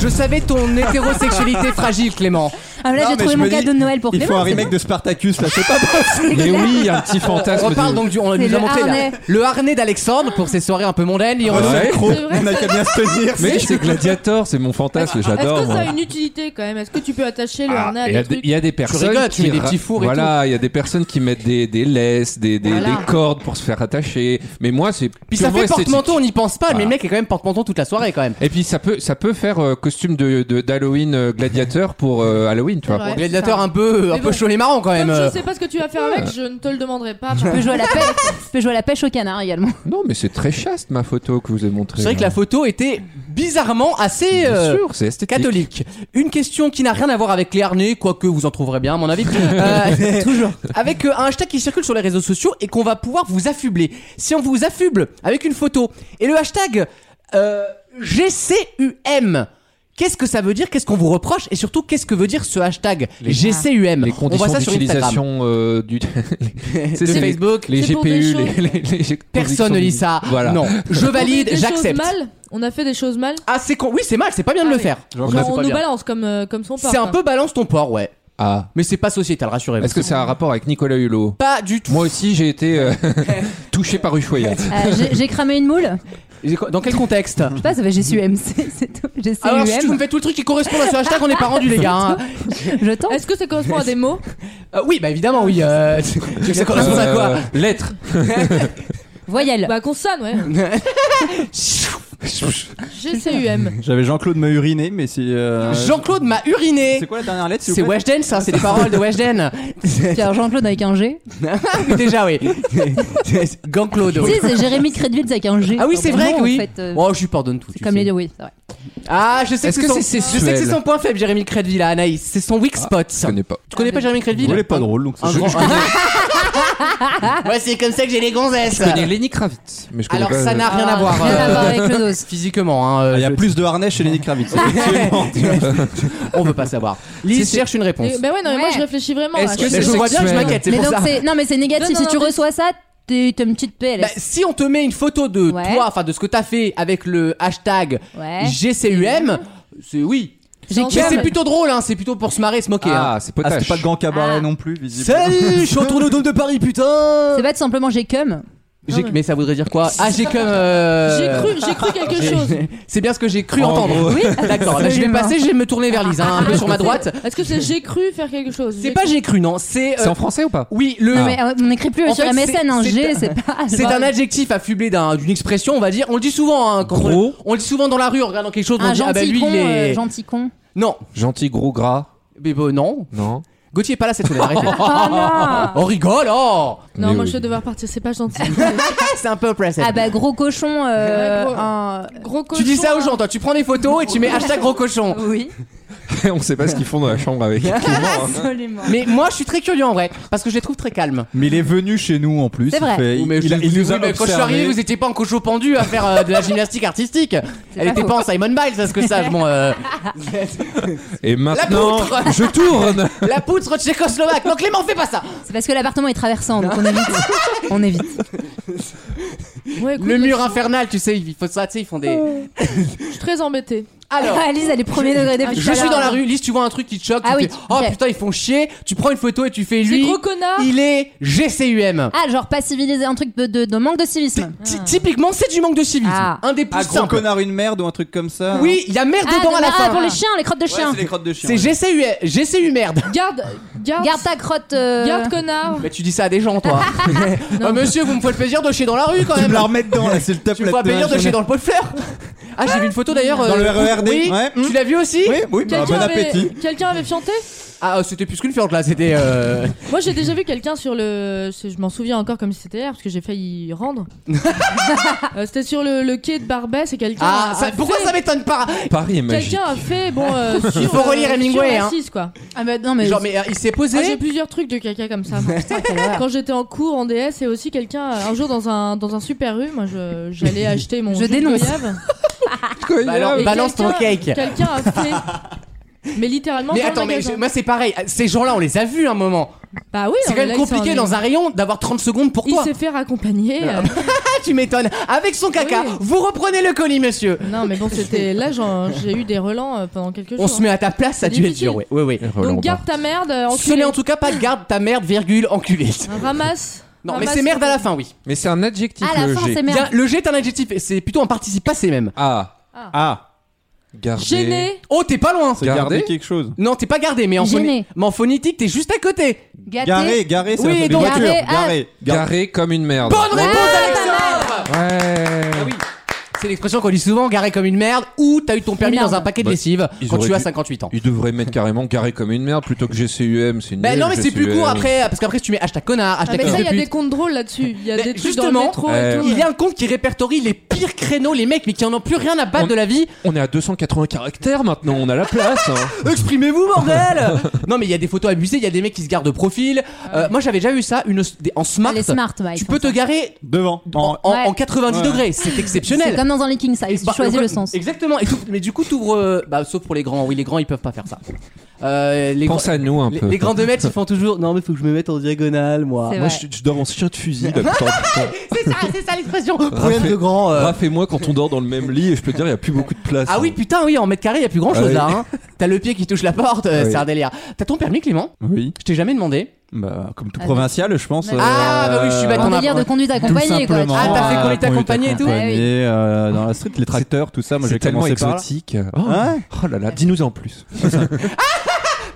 S2: Je savais ton hétérosexualité fragile, Clément.
S4: Ah, mais là,
S5: Non,
S4: j'ai
S5: mais
S4: trouvé
S5: je
S4: mon
S5: me dis,
S4: cadeau de Noël pour
S5: Il faut
S4: Clément.
S5: un
S4: c'est
S5: remake de Spartacus, là, c'est pas possible.
S3: mais oui, un petit
S2: On
S3: fantasme.
S2: reparle
S3: de-
S2: donc du. On
S4: C'est
S2: nous a
S4: le
S2: montré la-
S4: harnais.
S2: le harnais d'Alexandre pour ses soirées un peu mondaines. Et on-
S3: Ouais.
S5: C'est gros,
S6: C'est vrai,
S5: on a qu'à bien se tenir.
S3: Mais
S5: c'est-
S3: c'est Gladiator, c'est mon fantasme,
S6: Est-ce
S3: j'adore.
S6: que ça
S3: moi.
S6: a une utilité quand même Est-ce que tu peux attacher le
S3: Ah,
S6: harnais à
S3: il y a
S6: des
S3: des-
S6: trucs
S3: il y a des personnes
S2: rigoles, tu
S3: qui
S2: mets des
S3: ra-
S2: petits fours et
S3: voilà il y a des personnes qui mettent des, des laisses des, des,
S6: Voilà.
S3: des cordes pour se faire attacher mais moi c'est
S2: Puis ça
S3: purement
S2: fait
S3: esthétique.
S2: porte-manteau, on n'y pense pas, mais
S3: Voilà.
S2: le mec est quand même porte-manteau toute la soirée quand même.
S3: et puis ça peut ça peut faire euh, costume de de- d'Halloween euh, gladiateur pour euh, Halloween tu vois
S6: Ouais,
S2: Gladiateur
S6: c'est ça.
S2: un peu, un
S6: Mais
S2: peu
S6: bon.
S2: chaud les marrons quand même.
S6: Comme
S2: euh.
S6: je sais pas ce que tu vas faire avec, je ne te le demanderai pas.
S4: Tu peux jouer à la pêche. Tu peux jouer à la pêche au canard également.
S3: non mais c'est très chaste ma photo que vous ai montrée
S2: C'est vrai que la photo était bizarrement assez
S3: bien
S2: euh,
S3: sûr c'est esthétique
S2: catholique. Une question qui n'a rien à voir avec les harnais, quoique vous en trouverez bien à mon avis. Euh, toujours. Avec euh, un hashtag qui circule sur les réseaux sociaux et qu'on va pouvoir vous affubler. Si on vous affuble avec une photo et le hashtag euh, GCUM. Qu'est-ce que ça veut dire Qu'est-ce qu'on vous reproche Et surtout, qu'est-ce que veut dire ce hashtag
S3: Les-
S2: GCUM
S3: les
S2: On voit
S3: conditions
S2: ça sur Instagram,
S3: d'utilisation euh, du
S2: de
S3: c'est c'est les-
S2: Facebook.
S3: les
S6: C'est pour
S3: GPU
S6: des
S3: les, les- les- les-
S2: Personne ne lit ça.
S3: voilà
S2: Non. Je
S6: On fait
S2: valide,
S6: des choses
S2: j'accepte.
S6: mal On a fait des choses mal
S2: Ah, c'est con. Oui, c'est mal, c'est pas bien de
S6: Ah
S2: le
S6: oui.
S2: faire.
S6: Genre,
S2: Non, c'est
S6: on
S2: pas
S6: nous
S2: bien.
S6: balance comme, euh, comme son porc.
S2: C'est un peu balance ton port, ouais.
S3: ah
S2: Mais c'est pas sociétal, rassurez-vous.
S3: est-ce que ça a un rapport avec Nicolas Hulot
S2: Pas du tout.
S3: moi aussi j'ai été euh, touché par Ushuaïa
S4: Euh, j'ai- J'ai cramé une moule.
S2: Dans quel contexte
S4: Je sais pas, ça fait GSUM. c'est- C'est tout.
S2: Ah, Alors, si tu me
S4: GSUM.
S2: fais tout le truc qui correspond à ce hashtag, on n'est pas rendu, les gars. hein.
S4: Je tente.
S6: Est-ce que ça correspond à des mots
S2: Euh, oui, bah évidemment, oui. euh, tu veux que ça correspond à quoi
S3: Euh, lettre
S4: Voyelle.
S6: Bah consonne, ouais. GCUM.
S5: J'avais Jean-Claude m'a uriné, mais c'est. euh,
S2: Jean-Claude m'a uriné.
S5: C'est quoi la dernière lettre s'il vous
S2: C'est
S5: plaît
S2: Weshden, ça, c'est des paroles de Weshden.
S4: Pierre Jean-Claude avec un G.
S2: Oui, déjà, oui. Gang-Claude,
S4: Si,
S2: oui.
S4: c'est Jérémy Crédville avec un G.
S2: Ah oui, c'est vrai
S4: Non,
S2: que oui.
S4: en fait, euh,
S2: Oh, je lui pardonne tout.
S4: C'est
S2: tu
S4: comme
S2: sais.
S4: les deux, oui, c'est vrai.
S2: Ah, je sais que
S3: Est-ce
S2: c'est
S3: que
S2: son...
S3: c'est
S2: Je sais que c'est
S3: sexuel
S2: son point faible, Jérémy Crédville, à Anaïs. C'est son weak spot.
S3: je connais pas
S2: Tu connais pas Jérémy Crédville
S5: Il est pas drôle, donc c'est
S2: Un grand- Ouais, c'est comme ça que j'ai les gonzesses.
S3: Je connais Lenny Kravitz, mais je connais
S2: Alors
S3: pas-
S2: ça n'a rien à
S4: Ah,
S2: voir.
S4: Rien à
S2: euh,
S4: voir avec le dos.
S2: Physiquement, hein, euh,
S5: Il Ah, y a
S2: je-
S5: plus de harnais chez Lenny Kravitz.
S2: on veut pas savoir. Lise cherche une réponse.
S6: Ben ouais, non, mais moi
S4: Ouais.
S6: je réfléchis vraiment.
S3: Est-ce
S6: là.
S3: que
S2: Mais
S3: c'est
S2: je vois bien que je
S3: sexuel
S2: m'inquiète, c'est
S4: Mais
S2: pour
S4: donc
S2: ça.
S4: c'est non mais c'est négatif.
S6: Non, non,
S4: si tu
S6: non, mais-
S4: reçois ça, t'es t'as une petite
S2: Bah,
S4: PLS.
S2: si on te met une photo de
S4: Ouais.
S2: toi, enfin de ce que t'as fait avec le hashtag
S4: Ouais.
S2: GCUM, c'est oui.
S4: J'ai
S2: Mais
S4: cœur.
S2: c'est plutôt drôle, hein, c'est plutôt pour se marrer, se moquer. hein.
S3: Ah, c'est potache.
S5: Ah, c'est pas le grand cabaret
S4: Ah.
S5: non plus, visiblement.
S2: Salut, je suis retourné au Dôme de Paris, putain
S4: C'est pas tout simplement j'ai cum.
S2: J'ai- Mais ça voudrait dire quoi Ah, j'ai comme...
S6: J'ai
S2: euh,
S6: cru, j'ai cru quelque chose.
S2: C'est bien ce que j'ai cru
S5: En
S2: entendre.
S5: gros.
S2: Oui, d'accord. Là, je vais
S4: Absolument.
S2: passer, je vais me tourner vers Lise, hein, un peu sur ma droite.
S6: Est-ce que c'est j'ai cru faire quelque chose
S2: C'est pas
S6: cru.
S2: j'ai cru, non. C'est. euh,
S3: C'est en Ah. français ou pas
S2: oui, le.
S4: Mais euh, on n'écrit plus
S2: En
S4: sur
S2: fait,
S4: MSN hein,
S2: c'est-
S4: G,
S2: c'est-
S4: c'est pas.
S2: C'est un adjectif affublé d'un- d'une expression, on va dire. On le dit souvent, hein, quand on,
S5: Gros.
S2: on le dit souvent dans la rue en regardant quelque chose. on
S4: un
S2: dit,
S4: gentil
S2: ah bah lui,
S4: con,
S2: il est.
S4: euh, gentil con.
S2: Non,
S3: Gentil, gros, gras.
S2: mais bon, non.
S3: Non.
S2: Gauthier est pas là cette semaine, arrêtez.
S4: Oh non
S2: On rigole, oh
S6: Non,
S3: Mais
S6: moi
S3: oui.
S6: je vais devoir partir, c'est pas gentil.
S2: C'est un peu oppressif.
S4: Ah bah gros cochon. euh,
S6: Ouais, gros.
S4: un-
S6: Gros cochon.
S2: tu dis ça aux gens, toi, tu prends des photos et tu mets hashtag gros cochon.
S4: Oui.
S3: On sait pas ce qu'ils font dans la chambre avec.
S4: Absolument.
S2: Mais moi, je suis très curieux en vrai, parce que je les trouve très calmes.
S5: Mais il est venu chez nous en plus.
S4: C'est
S5: il
S4: vrai.
S5: fait-
S2: Oui, mais
S5: il,
S2: je-
S5: a- il nous a
S2: oui, mais quand je suis
S5: observés.
S2: arrivé, vous étiez pas en cochon pendu à faire euh, de la gymnastique artistique. Elle
S4: pas
S2: était
S4: faux.
S2: pas en Simon Biles, parce que ça, bon, euh,
S3: Et maintenant,
S2: poutre
S3: je tourne.
S2: la poutre tchécoslovaque. Non, Clément, fais pas ça.
S4: C'est parce que l'appartement est traversant, donc on évite. on évite.
S6: Ouais, écoute,
S2: Le
S6: moi,
S2: mur
S6: je suis-
S2: infernal, tu sais, il faut ça, tu sais, ils font des.
S4: Euh.
S6: Je suis très embêtée.
S2: Alors.
S4: Alice, Ah, elle est premier degré depuis tout
S2: Je
S4: à
S2: suis
S4: l'heure.
S2: dans la rue, Lise, tu vois un truc qui te choque,
S4: hein. Ah
S2: tu
S4: oui,
S2: fais, oh
S4: ok.
S2: putain, ils font chier, tu prends une photo et tu fais
S6: Ces
S2: lui,
S6: gros connards
S2: il est GCUM.
S4: Ah, genre pas civilisé, un truc de, de- de manque de civisme.
S2: Ty- Typiquement, c'est du manque de civisme.
S4: Ah.
S2: Un des plus
S5: Ah, gros
S2: simples.
S5: connard, une merde ou un truc comme ça.
S2: Oui, il y a merde
S4: Ah,
S2: dedans à la
S4: ah,
S2: fin.
S4: pour les chiens, les crottes de
S5: Ouais,
S4: chiens.
S5: c'est les crottes de chien.
S2: C'est GCU, GCU merde.
S6: Garde, garde,
S4: Garde ta crotte. euh,
S6: garde connard.
S2: Mais tu dis ça à des gens, toi. Oh, monsieur, vous me faites plaisir de chier dans la rue quand
S5: Tu me
S2: même.
S5: la remets dedans là, c'est le top
S2: Tu me fais plaisir de chier dans le pot de fleurs. Ah, j'ai vu une photo d'ailleurs. euh,
S5: Dans le RERD,
S2: Oui,
S5: ouais.
S2: Tu l'as vu aussi
S5: Oui, oui, bah, bon
S6: Quelqu'un avait,
S5: appétit.
S6: quelqu'un avait fianté
S2: Ah, euh, c'était plus qu'une fiante là, c'était. euh,
S6: Moi j'ai déjà vu quelqu'un sur le. c'est- Je m'en souviens encore comme si c'était hier parce que j'ai failli y rendre. Euh, c'était sur le, le quai de Barbès et quelqu'un.
S2: Ah,
S6: a-
S2: ça-
S6: a
S2: pourquoi
S6: fait-
S2: ça m'étonne pas
S3: Paris est magique.
S6: Quelqu'un a fait. Bon, euh, sur,
S2: faut relire
S6: euh,
S2: Hemingway,
S6: sur
S2: hein.
S6: Assis, quoi.
S4: Ah, bah non, mais.
S2: Genre, mais euh, il s'est posé.
S6: Ah, j'ai plusieurs trucs de caca comme ça.
S2: Ah,
S6: Quand j'étais en cours en DS et aussi quelqu'un euh, un jour dans un dans un super U, moi je- j'allais acheter mon
S4: Je
S6: jus de
S4: dénonce.
S6: goyave.
S2: Bah alors,
S6: Et
S2: balance ton
S6: quelqu'un-
S2: cake.
S6: Quelqu'un a fait. Mais littéralement.
S2: Mais
S6: dans le
S2: attends, mais
S6: magasin.
S2: je- moi c'est pareil. Euh, Ces gens-là, on les a vus un moment.
S6: Bah oui.
S2: C'est quand
S6: non, mais
S2: même
S6: là, il s'en
S2: compliqué
S6: est-
S2: dans un rayon d'avoir 30 secondes pour
S6: Il
S2: toi.
S6: s'est fait raccompagner. euh,
S2: Ah, tu m'étonnes. Avec son caca,
S6: Oui.
S2: vous reprenez le colis, monsieur.
S6: Non, mais bon, c'était. Là, j'en- j'ai eu des relents euh, pendant quelques jours.
S2: On se met à ta place, ça a dû être
S6: difficile.
S2: dur. Oui, oui, oui.
S6: Donc garde ta merde, euh,
S2: Ce
S6: enculé.
S2: n'est en tout cas pas garde ta merde, virgule, enculé.
S6: Ramasse.
S2: Non, mais
S6: ramasse-
S2: c'est merde à la fin, oui.
S3: Mais c'est un adjectif
S4: à la
S3: le
S4: fin,
S3: G.
S4: c'est
S2: Bien,
S4: merde.
S2: le G est un adjectif, et c'est plutôt un participe passé même.
S3: Ah,
S5: Ah,
S3: garder.
S6: Gêné.
S2: Oh, t'es pas loin
S5: c'est
S3: Gardé.
S5: garder quelque chose.
S2: Non, t'es pas gardé, mais en,
S4: Gêné.
S2: mais en phonétique, t'es juste à côté.
S4: Gâté.
S5: Garé, garé, c'est
S2: Oui,
S5: la
S2: donc-
S5: voiture.
S4: Garé, ah.
S5: Garé, garé.
S3: Garé comme une merde.
S2: Bonne réponse,
S6: Ah,
S2: Alexandre
S3: Ouais.
S2: Ah oui. C'est l'expression qu'on dit souvent, garé comme une merde, ou t'as eu ton permis
S4: Énorme.
S2: dans un paquet de
S3: Bah,
S2: lessive
S3: ils
S2: quand tu
S3: auraient
S2: as
S3: dû-
S2: 58 ans.
S3: Il devrait mettre carrément garé comme une merde plutôt que GCUM, c'est une
S2: Bah non, mais c'est plus
S3: euh,
S2: court après, parce qu'après tu mets hashtag connard,
S6: Ah,
S2: hashtag
S6: mais
S2: fils
S6: ça,
S2: de
S6: il y a
S2: pute.
S6: des comptes drôles là-dessus. Il y a
S2: Mais
S6: des trucs
S2: justement,
S6: dans le métro et
S3: euh,
S6: tout.
S2: Il y a un compte qui répertorie les pires créneaux, les mecs, mais qui en ont plus rien à battre
S3: On-
S2: de la vie.
S3: On est à 280 caractères maintenant, on a la place. hein.
S2: Exprimez-vous, bordel Non, mais il y a des photos abusées, il y a des mecs qui se gardent de profil. Euh, moi, j'avais déjà vu ça une, des- en smart.
S4: Les smart, ouais, ils
S2: tu
S4: font
S2: peux te
S4: ça.
S2: garer
S5: Devant. En-
S2: en,
S4: Ouais.
S2: en 90
S5: Ouais.
S2: degrés, c'est
S4: C'est
S2: exceptionnel.
S4: comme dans un leaking, ça. Il
S2: Bah,
S4: choisit
S2: donc,
S4: le sens.
S2: Exactement. Et tout- mais du coup, t'ouvres. euh, bah, sauf pour les grands. Oui, les grands, ils peuvent pas faire ça. Euh, les,
S3: Pense
S2: grands-
S3: à nous un
S2: les,
S3: peu.
S2: les grands 2 mètres, ils font toujours. Non, mais faut que je me mette en diagonale, moi.
S4: C'est
S5: Moi,
S4: vrai.
S5: je, je dors en chien de fusil. Là, putain, putain.
S2: C'est ça, c'est ça l'expression. Problème de grand. euh.
S3: Raph et moi, quand on dort dans le même lit, et je peux te dire, il n'y a plus beaucoup de place. hein.
S2: Ah oui, putain, oui, en mètre carré, y a plus grand chose
S3: Ah oui.
S2: là. hein. T'as le pied qui touche la porte, euh,
S3: Ah oui.
S2: c'est un délire. T'as ton permis, Clément
S5: Oui.
S2: Je t'ai jamais demandé.
S5: Bah, comme tout
S4: Ah,
S5: provincial, je pense. euh,
S2: Ah, bah oui, je suis bête,
S4: Un
S2: on a-
S4: délire de conduite
S5: Tout
S4: accompagnée, quoi.
S5: simplement,
S2: Ah, t'as fait
S5: euh,
S2: conduite
S5: conduite
S2: accompagnée et tout Ah,
S5: accompagnée, euh, Dans la street, les tracteurs, tout ça. Moi,
S3: c'est
S5: j'ai
S3: tellement
S5: commencé par là. Hein
S3: exotique. Oh.
S5: Ouais.
S3: Oh là là, dis-nous en plus.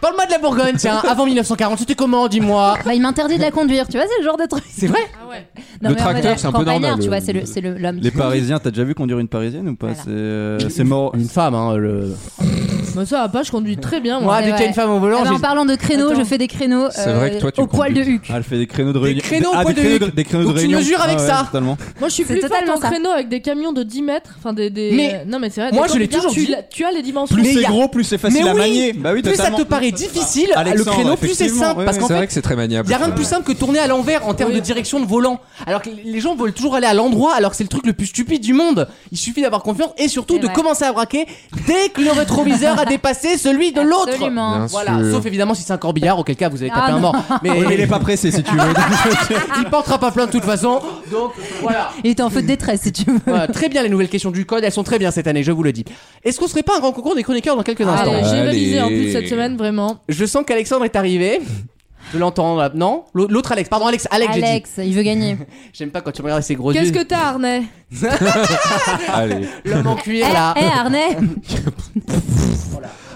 S2: Parle-moi de la Bourgogne, tiens. Avant 1940, c'était comment, dis-moi
S4: Bah, il m'interdit de la conduire, tu vois, c'est le genre de truc.
S2: C'est vrai
S6: Ah ouais.
S4: Non,
S3: Le
S4: mais en mode,
S3: tracteur, c'est un peu
S4: campagnard,
S3: normal,
S4: Tu vois,
S3: le-
S4: c'est le- c'est le- l'homme.
S5: Les
S4: qui conduit.
S5: Parisiens, t'as déjà vu conduire une Parisienne ou pas
S4: Voilà.
S5: C'est, euh, C'est mort.
S2: Une femme, hein, le.
S6: Bah, ça va pas, je conduis très bien. Moi.
S2: Moi,
S4: Ouais,
S2: dès qu'il y a
S4: ouais.
S2: une femme au
S4: Ah
S2: volant,
S4: bah, en
S2: j'ai.
S4: parlant de créneaux,
S6: Attends.
S4: je fais des créneaux
S3: C'est vrai que
S4: euh,
S3: toi, tu
S4: au poil de
S3: conduis.
S4: huc.
S5: Ah, elle fait des créneaux de
S2: Des
S5: réunion.
S2: créneaux au
S5: ah,
S2: poil
S5: des
S2: de
S5: créneaux de,
S2: huc.
S5: des créneaux
S2: Donc
S5: de
S2: tu
S5: réunion.
S2: mesures avec
S5: Ah ouais,
S2: ça.
S5: Totalement.
S6: Moi, je suis
S4: C'est
S6: plus forte
S4: totalement
S6: en
S4: ça.
S6: créneau avec des camions de 10 mètres. Enfin, des, des... euh,
S2: Mais-
S6: non, mais c'est vrai.
S2: Moi,
S6: des
S2: je l'ai
S6: camions,
S2: toujours
S6: tu,
S2: dit.
S6: l'as- tu as les dimensions.
S5: Plus
S2: Mais y
S5: c'est
S2: a-
S5: gros, plus c'est facile
S2: Mais
S5: à
S2: oui
S5: manier. Bah oui,
S2: Plus ça
S5: totalement.
S2: te paraît difficile, Ah, le
S5: Alexandre,
S2: créneau, plus c'est
S5: effectivement,
S2: simple.
S5: ouais,
S2: Parce
S5: ouais.
S2: qu'en
S3: C'est
S2: fait,
S3: vrai que c'est très maniable.
S2: Il y a rien de plus simple que tourner à l'envers en termes
S6: Oui.
S2: de direction de volant. Alors que les gens veulent toujours aller à l'endroit alors que c'est le truc le plus stupide du monde. Il suffit d'avoir confiance et surtout
S4: C'est
S2: de
S4: vrai.
S2: commencer à braquer dès que le rétroviseur a dépassé celui de Ah, l'autre.
S4: Absolument.
S3: Bien
S2: Voilà,
S3: sûr.
S2: sauf évidemment si c'est un corbillard, auquel cas vous avez tapé
S4: Ah
S2: un
S4: non.
S2: mort. Mais
S5: Oui, mais il est pas pressé si tu veux.
S2: il portera pas plein de toute façon. Donc voilà.
S4: Il était en feu de détresse si tu veux.
S2: Voilà, très bien les nouvelles questions du code, elles sont très bien cette année, je vous le dis. Est-ce qu'on serait pas un grand concours des chroniqueurs dans
S4: Ah,
S2: quelques
S6: Allez,
S2: instants
S6: Ah, J'ai
S3: Allez.
S6: révisé en plus cette semaine, vraiment.
S2: Je sens qu'Alexandre est arrivé. Je l'entends là. Non L'au- L'autre Alex, pardon Alex, Alex, j'ai dit.
S4: Alex, il veut gagner.
S2: J'aime pas quand tu me regardes avec ses gros yeux.
S6: Qu'est-ce que t'as, Arnais
S3: Allez.
S2: L'homme en cuir
S4: Eh,
S2: là.
S4: eh, Arnais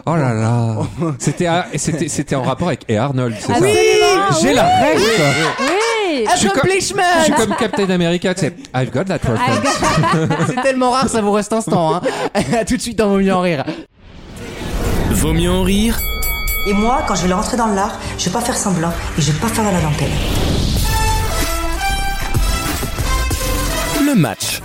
S3: Oh là là. C'était à- c'était c'était en rapport avec et Arnold, c'est
S2: Ah
S3: ça
S4: Absolument
S3: J'ai la règle.
S4: Oui
S3: suis comme-
S2: Accomplishment
S3: Je suis comme Captain America, tu sais. I've got that reference.
S2: C'est tellement rare, ça vous reste un instant. Hein. À tout de suite dans Vaut mieux en rire.
S1: Vaut mieux en rire
S7: Et moi, quand je vais rentrer dans l'art, je vais pas faire semblant et je vais pas faire à la dentelle.
S1: le match.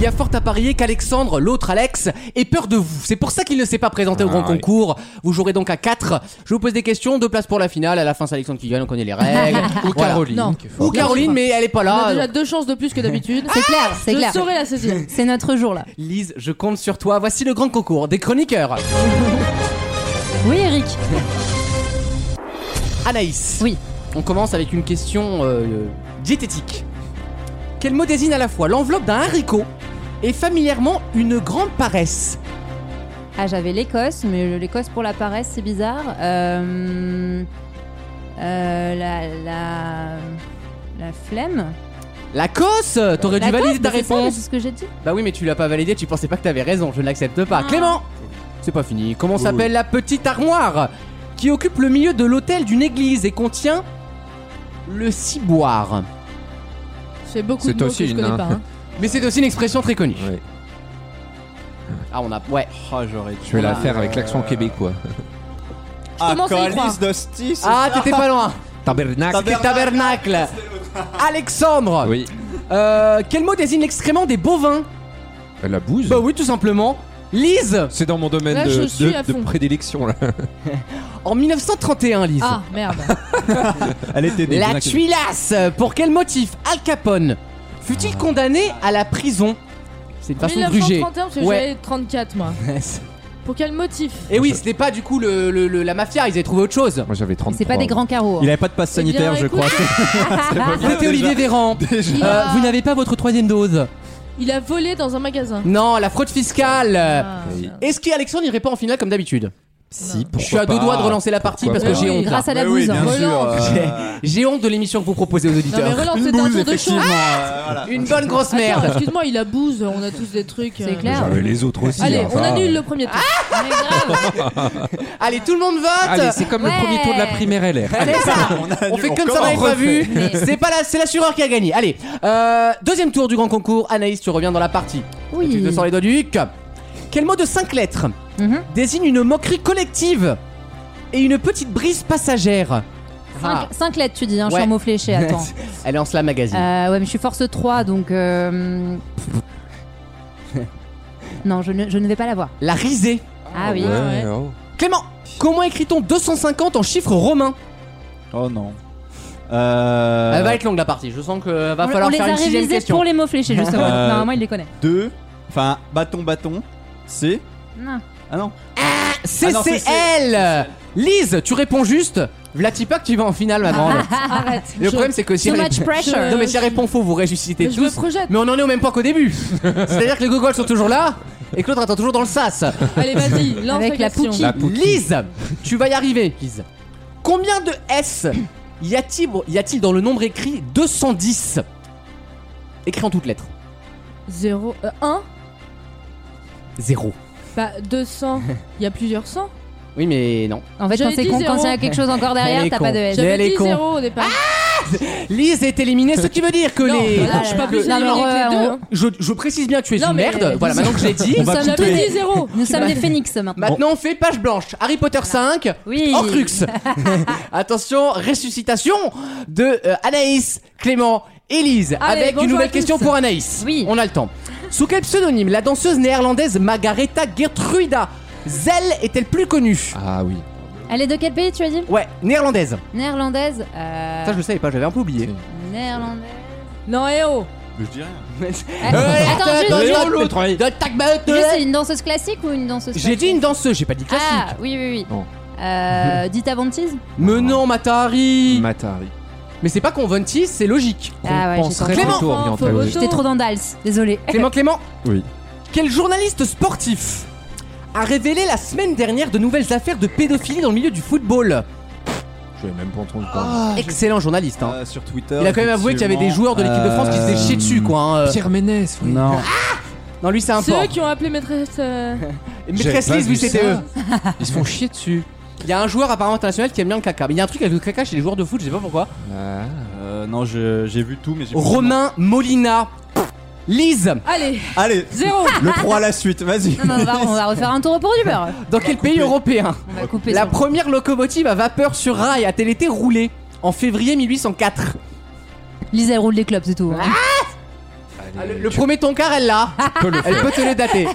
S2: Il y a fort à parier qu'Alexandre, l'autre Alex, ait peur de vous. C'est pour ça qu'il ne s'est pas présenté au
S3: Ah,
S2: grand
S3: oui.
S2: concours. Vous jouerez donc à 4. Je vous pose des questions, deux places pour la finale. À la fin, c'est Alexandre qui gagne, on connaît les règles.
S3: Ou
S2: Voilà.
S3: Caroline.
S6: Non.
S3: qui est forte.
S2: Ou Caroline, mais elle est pas
S6: On a
S2: là.
S6: déjà
S2: donc-
S6: deux chances de plus que d'habitude.
S4: C'est clair, c'est
S6: Ah, Je
S4: clair.
S6: saurais la saisir.
S4: C'est notre jour là.
S2: Lise, je compte sur toi. Voici le grand concours des chroniqueurs.
S4: Oui, Eric.
S2: Anaïs.
S4: Oui.
S2: On commence avec une question euh, euh, diététique. Quel mot désigne à la fois l'enveloppe d'un haricot et familièrement une grande paresse
S4: Ah, j'avais l'Écosse, mais le- l'Écosse pour la paresse, c'est bizarre. Euh, euh, la, la, la flemme.
S2: La cosse T'aurais dû valider
S4: La cosse,
S2: Euh, ta
S4: mais c'est ça, mais
S2: réponse
S4: C'est ce que j'ai dit.
S2: Bah oui, mais tu l'as pas validé, tu pensais pas que t'avais raison, je ne l'accepte pas. Clément C'est pas fini. Comment s'appelle la petite armoire qui occupe le milieu de l'autel d'une église et contient le ciboire
S6: C'est beaucoup
S3: C'est
S6: de mots
S3: aussi
S6: que je
S3: une,
S6: connais
S3: hein.
S6: pas. hein.
S2: Mais c'est aussi une expression très connue.
S3: Ouais.
S2: Ah, on a. Ouais.
S5: Oh, j'aurais dû.
S3: Je vais la faire avec l'accent québécois.
S5: Ah,
S6: commence à y
S5: Colis
S6: croire.
S5: d'hostie, c'est
S2: Ah, t'étais pas loin
S3: Ah, Tabernacle.
S2: C'était tabernacle Alexandre
S3: Oui.
S2: Euh, Quel mot désigne l'excrément des bovins
S3: La bouse.
S2: Bah oui, tout simplement. Lise
S3: C'est dans mon domaine
S6: Là,
S3: de,
S6: je suis
S3: de-
S6: à
S3: de
S6: fond.
S3: prédilection là.
S2: En 1931, Lise.
S6: Ah, merde.
S5: Elle était des-
S2: La tuilasse Pour quel motif Al Capone fut-il condamné à la prison C'est une façon de gruger.
S6: 1931, parce que
S2: Ouais.
S6: j'avais 34, moi. Pour quel motif Eh
S2: Et oui, c'était pas du coup le, le- le- la mafia, ils avaient trouvé autre chose.
S3: Moi j'avais
S4: Mais
S3: 30
S4: C'est pas des grands carreaux. hein.
S5: Il avait pas de passe
S6: Eh bien,
S5: sanitaire, je
S6: écoute,
S5: crois.
S4: Ah,
S2: C'était Olivier Véran.
S5: Déjà.
S6: Il
S2: Euh,
S6: a-
S2: vous n'avez pas votre troisième dose.
S6: Il a volé dans un magasin.
S2: Non, la fraude fiscale.
S6: Ah,
S3: oui.
S6: merde.
S2: Est-ce qu'Alexandre n'irait pas en finale comme d'habitude
S5: Si,
S2: Je suis à deux doigts de relancer la partie
S3: Pourquoi
S2: parce que
S6: pas
S2: j'ai honte. Ah là.
S4: Grâce à la
S5: Bah
S4: bouse.
S5: oui,
S4: hein.
S5: bien sûr. euh,
S2: J'ai honte de l'émission que vous proposez aux
S6: Non, mais
S2: auditeurs.
S6: relance,
S5: Une
S6: c'était un
S5: bouse,
S6: tour de chant.
S5: effectivement. euh, voilà.
S2: Une bonne grosse
S6: Attends,
S2: Ah, merde.
S6: excuse-moi, il a bouse, on a tous des trucs.
S4: C'est
S6: euh,
S4: clair.
S3: J'avais les autres aussi.
S6: Allez,
S3: enfin.
S6: on annule
S2: euh,
S6: le premier tour.
S2: Ah,
S6: Mais grave.
S2: Allez, tout le monde vote.
S3: Allez, c'est comme le
S4: Ouais.
S3: premier tour de la primaire LR. Allez,
S2: C'est ça. On fait comme ça, on n'avait pas vu. C'est pas la, c'est l'assureur qui a gagné. Allez, euh, deuxième tour du grand concours. Anaïs, tu reviens dans la partie.
S4: Oui.
S2: Tu te sors les doigts du huc. Quel mot de cinq lettres
S4: Mhm.
S2: désigne une moquerie collective et une petite brise passagère
S4: Cinq,
S2: Ah,
S4: cinq lettres, tu dis. hein, Je
S2: Ouais.
S4: suis en mots fléchés, attends.
S2: Elle est en slam magazine.
S4: Euh, ouais, mais je suis force 3, donc. euh, non, je ne, je ne vais pas la voir.
S2: La risée.
S4: Ah oui.
S6: ouais.
S3: oh.
S2: Clément, comment écrit-on 250 en chiffres romains
S5: Oh non. Euh,
S2: Elle va être longue la partie. Je sens que euh, va
S4: on,
S2: falloir
S4: on les
S2: faire
S4: a
S2: une sixième
S4: révisés
S2: question.
S4: pour les mots fléchés, justement.
S5: Euh,
S4: Normalement, il les connaît.
S5: Deux. Enfin, bâton, bâton. C'est.
S4: Non.
S5: Ah non. Ah non, c'est-
S2: CCL. Lise, tu réponds juste. Vlatipak, tu vas en finale,
S4: Ah.
S2: ma grande.
S6: Arrête.
S2: Le problème, c'est que si
S4: Too
S2: elle-
S4: much pressure.
S2: Non mais si elle répond faux, vous ressuscitez
S6: Mais je me
S2: tous.
S6: projette.
S2: Mais on en est au même point qu'au début. C'est-à-dire que les gogoles sont toujours là et que l'autre attend toujours dans le sas.
S6: Allez, vas-y, lance
S4: Avec la
S6: question.
S4: pouquille.
S3: La pouquille.
S2: Lise, tu vas y arriver, Lise. Combien de S y a-t-il y a-t-il dans le nombre écrit 210 Écrit en toutes lettres.
S6: Bah, 0, 1,
S2: Zéro.
S6: euh, bah 200. Il y a plusieurs cents.
S2: Oui mais non.
S4: En fait, quand
S6: J'avais
S4: c'est
S6: dit
S4: con, quand
S6: zéro.
S4: il y a quelque chose encore derrière,
S2: est
S4: t'as
S2: con. Ah,
S4: pas de S.
S2: Mais
S6: J'avais
S2: Eh ben, elle est
S6: dit
S2: con.
S6: 0 au départ.
S2: Lise est éliminée, ce qui veut dire que
S6: Non,
S2: les.
S6: voilà, je suis pas
S4: là,
S6: plus
S4: là,
S6: éliminé
S4: alors,
S6: que les
S4: euh,
S6: deux.
S4: on-
S6: hein.
S2: Je, je précise bien, tu es
S6: Non,
S2: une
S6: mais-
S2: merde. Voilà, maintenant que je l'ai dit.
S5: On va
S6: Ça,
S5: couper.
S6: J'avais dit zéro.
S4: Nous sommes des phénix maintenant.
S2: Maintenant, on fait page blanche. Harry Potter 5,
S4: Oui.
S2: en crux. Attention, ressuscitation de euh, Anaïs, Clément, Élise.
S6: Allez,
S2: Avec une
S6: bonjour
S2: nouvelle
S6: à
S2: question
S6: tous.
S2: pour Anaïs.
S4: Oui.
S2: On a le temps. Sous quel pseudonyme la danseuse néerlandaise Margareta Gertruida Zell est-elle plus connue
S3: Ah oui.
S4: Elle est de quel pays, tu as dit
S2: Ouais, néerlandaise.
S4: Ah. Néerlandaise. euh,
S2: Ça, je le savais pas, j'avais un peu oublié.
S4: Néerlandaise.
S6: Non, eh oh.
S5: Mais je dis rien.
S2: Euh,
S4: Eh, Attends, juste, juste- juste, c'est une danseuse classique ou une danseuse
S2: J'ai dit une danseuse, j'ai pas dit classique.
S4: Ah, oui, oui, oui.
S3: Bon.
S4: Euh, Dita Von Teese
S2: Mais non, Matahari.
S3: Matari.
S2: Mais c'est pas qu'on Conventi, c'est logique.
S4: Ah ouais, j'ai
S3: penserait
S4: compris.
S2: Clément,
S3: plutôt
S6: enfin,
S3: oriental.
S6: faut-
S3: Oui.
S4: J'étais trop dans Dals, désolé.
S2: Clément Clément
S5: Oui.
S2: Quel journaliste sportif a révélé la semaine dernière de nouvelles affaires de pédophilie dans le milieu du football Ah,
S3: Je vais même pas entendu
S2: Excellent journaliste, hein.
S5: Euh, sur Twitter.
S2: Il a quand même avoué qu'il y avait des joueurs de l'équipe de France qui se faisaient chier dessus, quoi. hein, euh. Ah
S3: Pierre Ménès, oui.
S5: Non.
S2: Non, lui, c'est un
S6: Ceux
S2: porc.
S6: qui ont appelé maîtresse. euh,
S2: Et Maîtresse
S3: J'avais pas
S2: Lise,
S3: vu
S2: oui, c'était eux.
S3: ça. Ils se font chier dessus.
S2: Il y a un joueur apparemment international qui aime bien le caca. Mais il y a un truc avec le caca chez les joueurs de foot, je sais pas pourquoi.
S3: Ah.
S5: Euh, non, je- j'ai vu tout, mais j'ai.
S2: Romain Molina. Lise,
S6: Allez,
S5: Allez,
S6: zéro.
S5: le 3 à la suite, vas-y.
S4: Non, non, on va, on va refaire un tour au pour du beurre.
S2: dans quel pays européen
S4: On va couper
S2: La
S4: ça.
S2: première locomotive à vapeur sur rail a-t-elle été roulée en février 1804
S4: Lisa, elle roule des clopes, c'est tout. hein.
S2: Ah, Le, le premier toncar, elle l'a.
S3: Peux le
S2: Elle peut te le dater.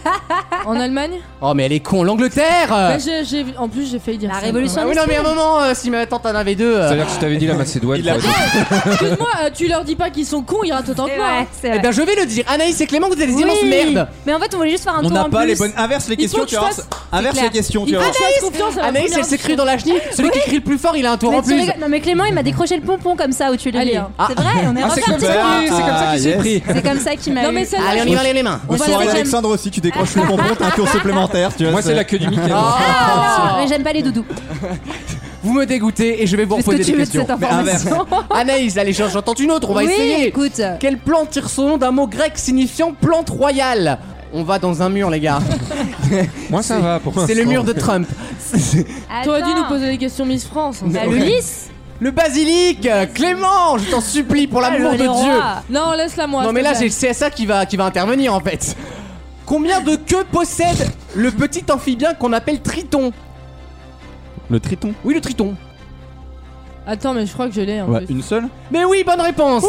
S6: En Allemagne
S2: Oh, mais elle est con, l'Angleterre euh.
S6: Bah, j'ai- j'ai- En plus, j'ai failli dire.
S4: La
S6: ça.
S4: révolution.
S2: Ah oui, non, mais à un moment, euh, si ma tante en avait deux. euh,
S3: C'est-à-dire que si t'avais dit la Macédoine,
S5: Il a
S3: t'aurais dit-
S6: Excuse-moi, euh, tu leur dis pas qu'ils sont cons, ils ratent autant que
S4: C'est
S6: moi.
S4: vrai,
S6: hein.
S4: c'est
S2: Eh
S4: vrai.
S2: ben, je vais le dire. Anaïs et Clément, vous êtes des
S4: Oui.
S2: immenses merdes.
S4: Mais en fait, on voulait juste faire un
S5: On
S4: tour
S5: n'a
S4: en
S5: pas
S4: plus.
S5: les bonnes. Inverse les
S6: Il
S5: questions,
S6: faut que
S5: tu
S6: je
S5: vas
S6: fasse-
S5: voir. Inverse les questions, tu
S6: Il
S5: vas
S6: faut
S5: voir.
S6: que je fasse confiance à la
S2: Anaïs, elle
S6: première
S2: s'est crue dans la chenille. Celui qui crie le plus fort, il a un tour
S4: Mais
S2: en
S4: tu
S2: plus.
S4: rigoles- Non, mais Clément, il m'a décroché le pompon comme ça où tu le
S6: Allez,
S4: dis.
S6: hein.
S2: Ah.
S4: C'est vrai, on est
S5: Ah, c'est comme
S4: reparti.
S5: ça,
S3: c'est comme ça qu'il s'est
S5: pris.
S4: C'est comme ça qu'il m'a
S6: Non,
S4: eu. Ah.
S6: mais celle-là,
S2: Allez, on y va, allez, les mains.
S5: Bonne
S4: va
S5: soirée,
S4: la-
S5: Alexandre aussi, tu décroches le pompon, t'as un tour supplémentaire, tu vois.
S3: Moi, c'est la queue du Mickey. moi.
S4: Ah, mais j'aime pas les doudous.
S2: Vous me dégoûtez et je vais vous
S4: Qu'est-ce
S2: reposer
S4: que
S2: des
S4: tu veux
S2: questions.
S4: de cette
S2: ah, ben,
S5: Mais inverse.
S4: information
S2: Anaïs, allez, j'en- j'entends une autre, on va
S4: Oui,
S2: essayer.
S4: écoute.
S2: Quelle plante tire son nom d'un mot grec signifiant plante royale On va dans un mur, les gars.
S3: Moi, ça va. pour
S2: C'est le
S3: l'instant.
S2: mur de Trump.
S6: T'aurais dû
S4: Attends.
S6: nous poser des questions Miss France. hein.
S4: Bah, le lys
S2: Le basilic Clément, je t'en supplie, pour l'amour
S4: Ah, le-
S2: de
S4: les
S2: Dieu.
S4: rois.
S6: Non, laisse-la Ah, moi.
S2: Non
S6: s'il
S2: mais
S6: te
S2: là
S6: plaît.
S2: c'est le CSA qui va, qui va intervenir en fait. Combien de queues possède le petit amphibien qu'on appelle Triton
S5: Le triton.
S2: Oui le Triton.
S6: Attends, mais je crois que je l'ai en
S5: Ouais,
S6: plus.
S5: une seule
S2: Mais oui, bonne réponse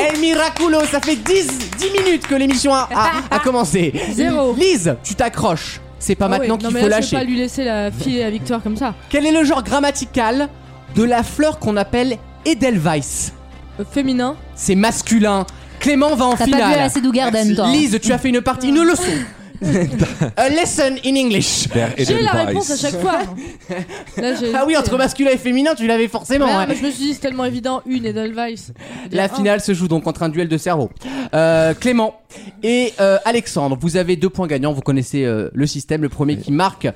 S2: El, El Miraculo, ça fait 10, 10 minutes que l'émission a, a, a commencé.
S6: Zéro.
S2: Lise, tu t'accroches. C'est pas
S6: Ah
S2: maintenant
S6: ouais, non,
S2: qu'il
S6: mais
S2: faut
S6: là, Je
S2: lâcher.
S6: vais pas lui laisser la filer la victoire comme ça.
S2: Quel est le genre grammatical de la fleur qu'on appelle Edelweiss
S6: Euh, Féminin.
S2: C'est masculin. Clément va en
S4: T'as pas
S2: finale.
S4: vu assez du Garden, toi. hein.
S2: Lise, tu as fait une partie, une leçon. A lesson Euh, in English.
S6: J'ai la réponse à chaque fois. Là, j'ai-
S2: Ah oui, entre masculin et féminin, tu l'avais forcément.
S6: Ouais,
S2: ouais.
S6: mais je me suis dit, c'est tellement évident, une Edelweiss.
S2: La
S6: Ah.
S2: finale se joue donc contre un duel de cerveau. Euh, Clément et euh, Alexandre, vous avez deux points gagnants. Vous connaissez euh, le système. Le premier qui marque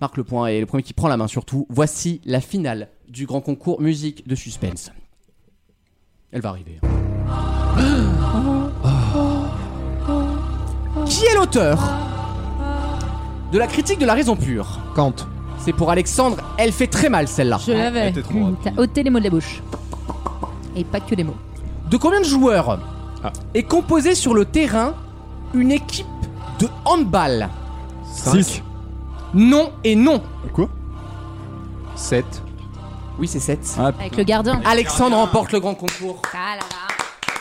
S2: marque le point et le premier qui prend la main surtout. Voici la finale du grand concours musique de suspense. Elle va arriver. hein. Ah. Qui est l'auteur de la critique de la raison pure
S3: Kant.
S2: C'est pour Alexandre. Elle fait très mal celle-là.
S6: Je l'avais.
S5: T'es trop
S4: Hum,
S5: rapide.
S4: T'as ôté les mots de la bouche. Et pas que les mots.
S2: De combien de joueurs
S3: Ah.
S2: est composée sur le terrain une équipe de handball
S5: Six.
S2: Non et non.
S5: Quoi
S3: 7.
S2: Oui, c'est 7.
S5: Ah,
S4: Avec le gardien.
S2: Alexandre remporte le grand concours.
S4: Ah là là.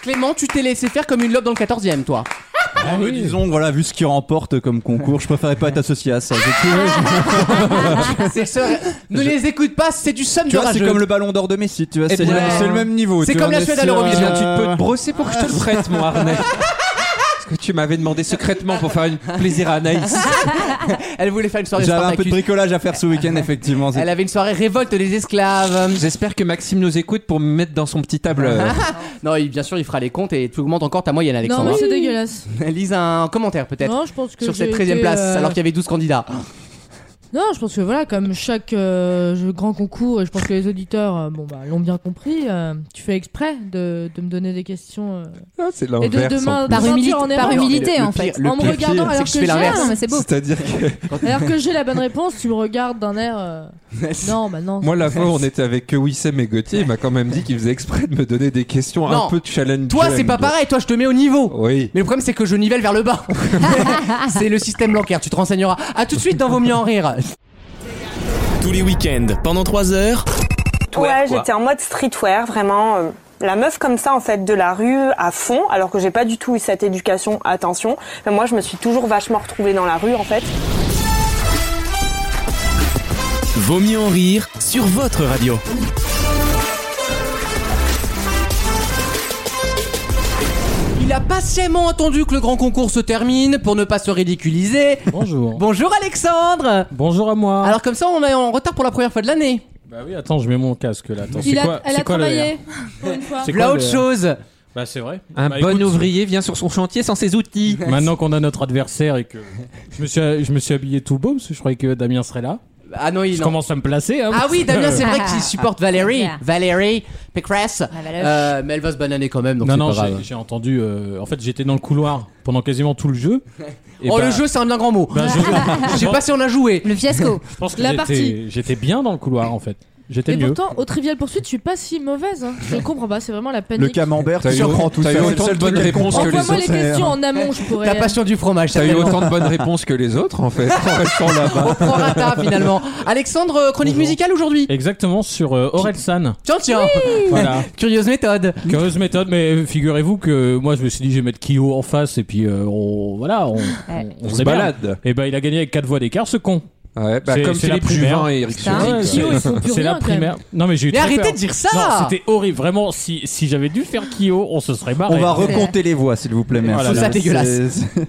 S2: Clément, tu t'es laissé faire comme une lobe dans le 14ème, toi.
S5: Ah oui, disons, voilà, vu ce qu'il remporte comme concours, je préférais pas être associé à ça. J'ai trouvé-
S2: C'est ça. Ne les écoute pas, c'est du somme
S5: tu
S2: de
S5: vois, c'est
S2: rageux.
S5: comme le ballon d'or de Messi, tu vois, c'est
S2: Ouais.
S5: c'est le même niveau.
S2: C'est
S5: tu
S2: comme la
S5: vois, on est
S2: Suède à
S5: sur,
S2: l'Eurovision,
S5: euh,
S3: Eh tu peux te brosser pour que je te le prête, mon harnais. Parce que tu m'avais demandé secrètement pour faire une plaisir à Anaïs.
S2: Elle voulait faire une soirée
S5: J'avais un peu de
S2: Spartacus.
S5: bricolage à faire ce week-end, effectivement. c'est-
S2: Elle avait une soirée révolte des esclaves.
S3: J'espère que Maxime nous écoute pour me mettre dans son petit table. euh,
S2: Non, il- bien sûr, il fera les comptes et tu augmentes encore ta moyenne,
S6: Non, mais
S2: Alexandre.
S6: c'est dégueulasse.
S2: Lise un commentaire peut-être
S6: Non, je pense que
S2: sur
S6: j'ai
S2: cette 13 e
S6: été,
S2: place
S6: euh,
S2: alors qu'il y avait 12 candidats.
S6: Non, je pense que voilà, comme chaque euh, jeu- grand concours, et je pense que les auditeurs euh, bon, bah, l'ont bien compris, euh, tu fais exprès de, de me donner des questions. euh,
S3: Ah, c'est
S6: et de
S3: l'inverse.
S6: demain,
S4: Par, humili-
S6: en
S4: par
S6: erreur.
S4: humilité,
S2: le
S4: en
S2: pire-
S4: fait.
S2: le
S6: en me
S2: pire,
S6: regardant
S2: c'est
S6: alors
S2: que
S6: que,
S2: je fais
S6: j'ai,
S2: l'inverse.
S4: Ah, non, mais c'est beau.
S3: C'est-à-dire que
S6: alors que j'ai la bonne réponse, tu me regardes d'un air. euh, non, bah non.
S3: moi, la fois, on était avec Wissem et Gauthier, il m'a quand même dit qu'il faisait exprès de me donner des questions
S2: Non.
S3: un peu challenge.
S2: Toi, c'est pas pareil, toi, je te mets au niveau.
S3: Oui.
S2: Mais le problème, c'est que je nivelle vers le bas. c'est le système bancaire, tu te renseigneras. À tout de suite dans Vaut mieux en rire.
S1: Tous les week-ends, pendant 3 heures,
S8: Ouais, j'étais en mode streetwear, vraiment. euh, la meuf comme ça, en fait, de la rue à fond, alors que j'ai pas du tout eu cette éducation, attention. Mais moi, je me suis toujours vachement retrouvée dans la rue, en fait.
S1: Vaut mieux en rire sur votre radio.
S2: Il a patiemment attendu que le grand concours se termine pour ne pas se ridiculiser.
S9: Bonjour.
S2: Bonjour Alexandre
S9: Bonjour à moi.
S2: Alors comme ça, on est en retard pour la première fois de l'année.
S9: Bah oui, attends, je mets mon casque là. Attends,
S6: Il
S9: c'est
S6: a-
S9: quoi,
S6: elle
S9: c'est
S6: a
S9: quoi le
S6: travaillé
S9: R
S6: pour une fois.
S9: C'est quoi
S2: Là,
S9: le
S2: autre
S9: R
S2: chose.
S9: Bah c'est vrai.
S3: Un
S9: Bah,
S3: bon
S9: écoute,
S3: ouvrier vient sur son chantier sans ses outils.
S9: Maintenant qu'on a notre adversaire et que je me suis, je me suis habillé tout beau parce que je croyais que Damien serait là.
S2: Ah non, il
S9: Je
S2: non.
S9: commence à me placer. Hein,
S2: Ah
S9: parce
S2: oui,
S9: que-
S2: Damien, c'est vrai qu'il supporte Valérie. Valérie Pécresse.
S4: Valoche.
S2: Euh, mais elle va se bananer quand même, donc
S9: Non,
S2: c'est
S9: non,
S2: pas
S9: j'ai-
S2: grave.
S9: j'ai entendu. euh, en fait, j'étais dans le couloir pendant quasiment tout le jeu. Et
S2: Oh,
S9: bah-
S2: le jeu, c'est un bien grand mot.
S9: bah, je,
S2: Je sais pas si on a joué.
S4: Le fiasco.
S9: je pense que
S6: La
S9: j'étais
S6: partie.
S9: j'étais bien dans le couloir en fait. J'étais
S6: Et
S9: mieux.
S6: pourtant, au Trivial Poursuite, je suis pas si mauvaise. hein. Je comprends pas, c'est vraiment la panique.
S5: Le camembert
S3: T'as
S5: qui
S3: eu-
S5: surprend tout ça.
S3: t'as eu
S5: C'est le
S3: autant
S5: seul
S3: de bonnes
S5: truc à
S3: réponses que
S5: comprendre.
S3: les
S6: Envoie-moi les
S5: C'est-
S6: questions en amont, je pourrais.
S2: La passion du fromage,
S3: T'as eu
S2: certainement.
S3: autant de bonnes réponses que les autres en fait en restant là-bas.
S2: Au prorata, finalement. Alexandre, euh, chronique
S9: Bonjour.
S2: musicale aujourd'hui.
S9: Exactement sur euh, Orelsan.
S2: Tiens, tiens.
S9: Voilà.
S2: Curieuse méthode.
S9: Curieuse méthode, mais figurez-vous que moi je me suis dit je vais mettre Kyo en face et puis euh, on, voilà, on,
S3: On se
S9: s'est bien.
S3: balade.
S9: Et ben il a gagné avec 4 voix d'écart ce con.
S3: Ouais, bah,
S9: C'est-
S3: comme
S9: c'est la
S3: Philippe
S9: primaire.
S3: Juvin et Eric
S4: Putain,
S3: Ciotti,
S9: ouais,
S3: quoi.
S9: c'est-
S6: Kyo, ils font plus
S9: C'est
S6: rien,
S9: la
S6: quand même.
S9: primaire. Non mais j'ai eu
S2: Mais
S9: très
S2: arrêtez
S9: peur.
S2: de dire ça
S9: Non, c'était horrible vraiment si, si j'avais dû faire Kyo, on se serait marré.
S5: On va recompter les voix, s'il vous plaît, merci.
S9: Je trouve ça
S5: C'est-
S2: dégueulasse.
S5: c'est-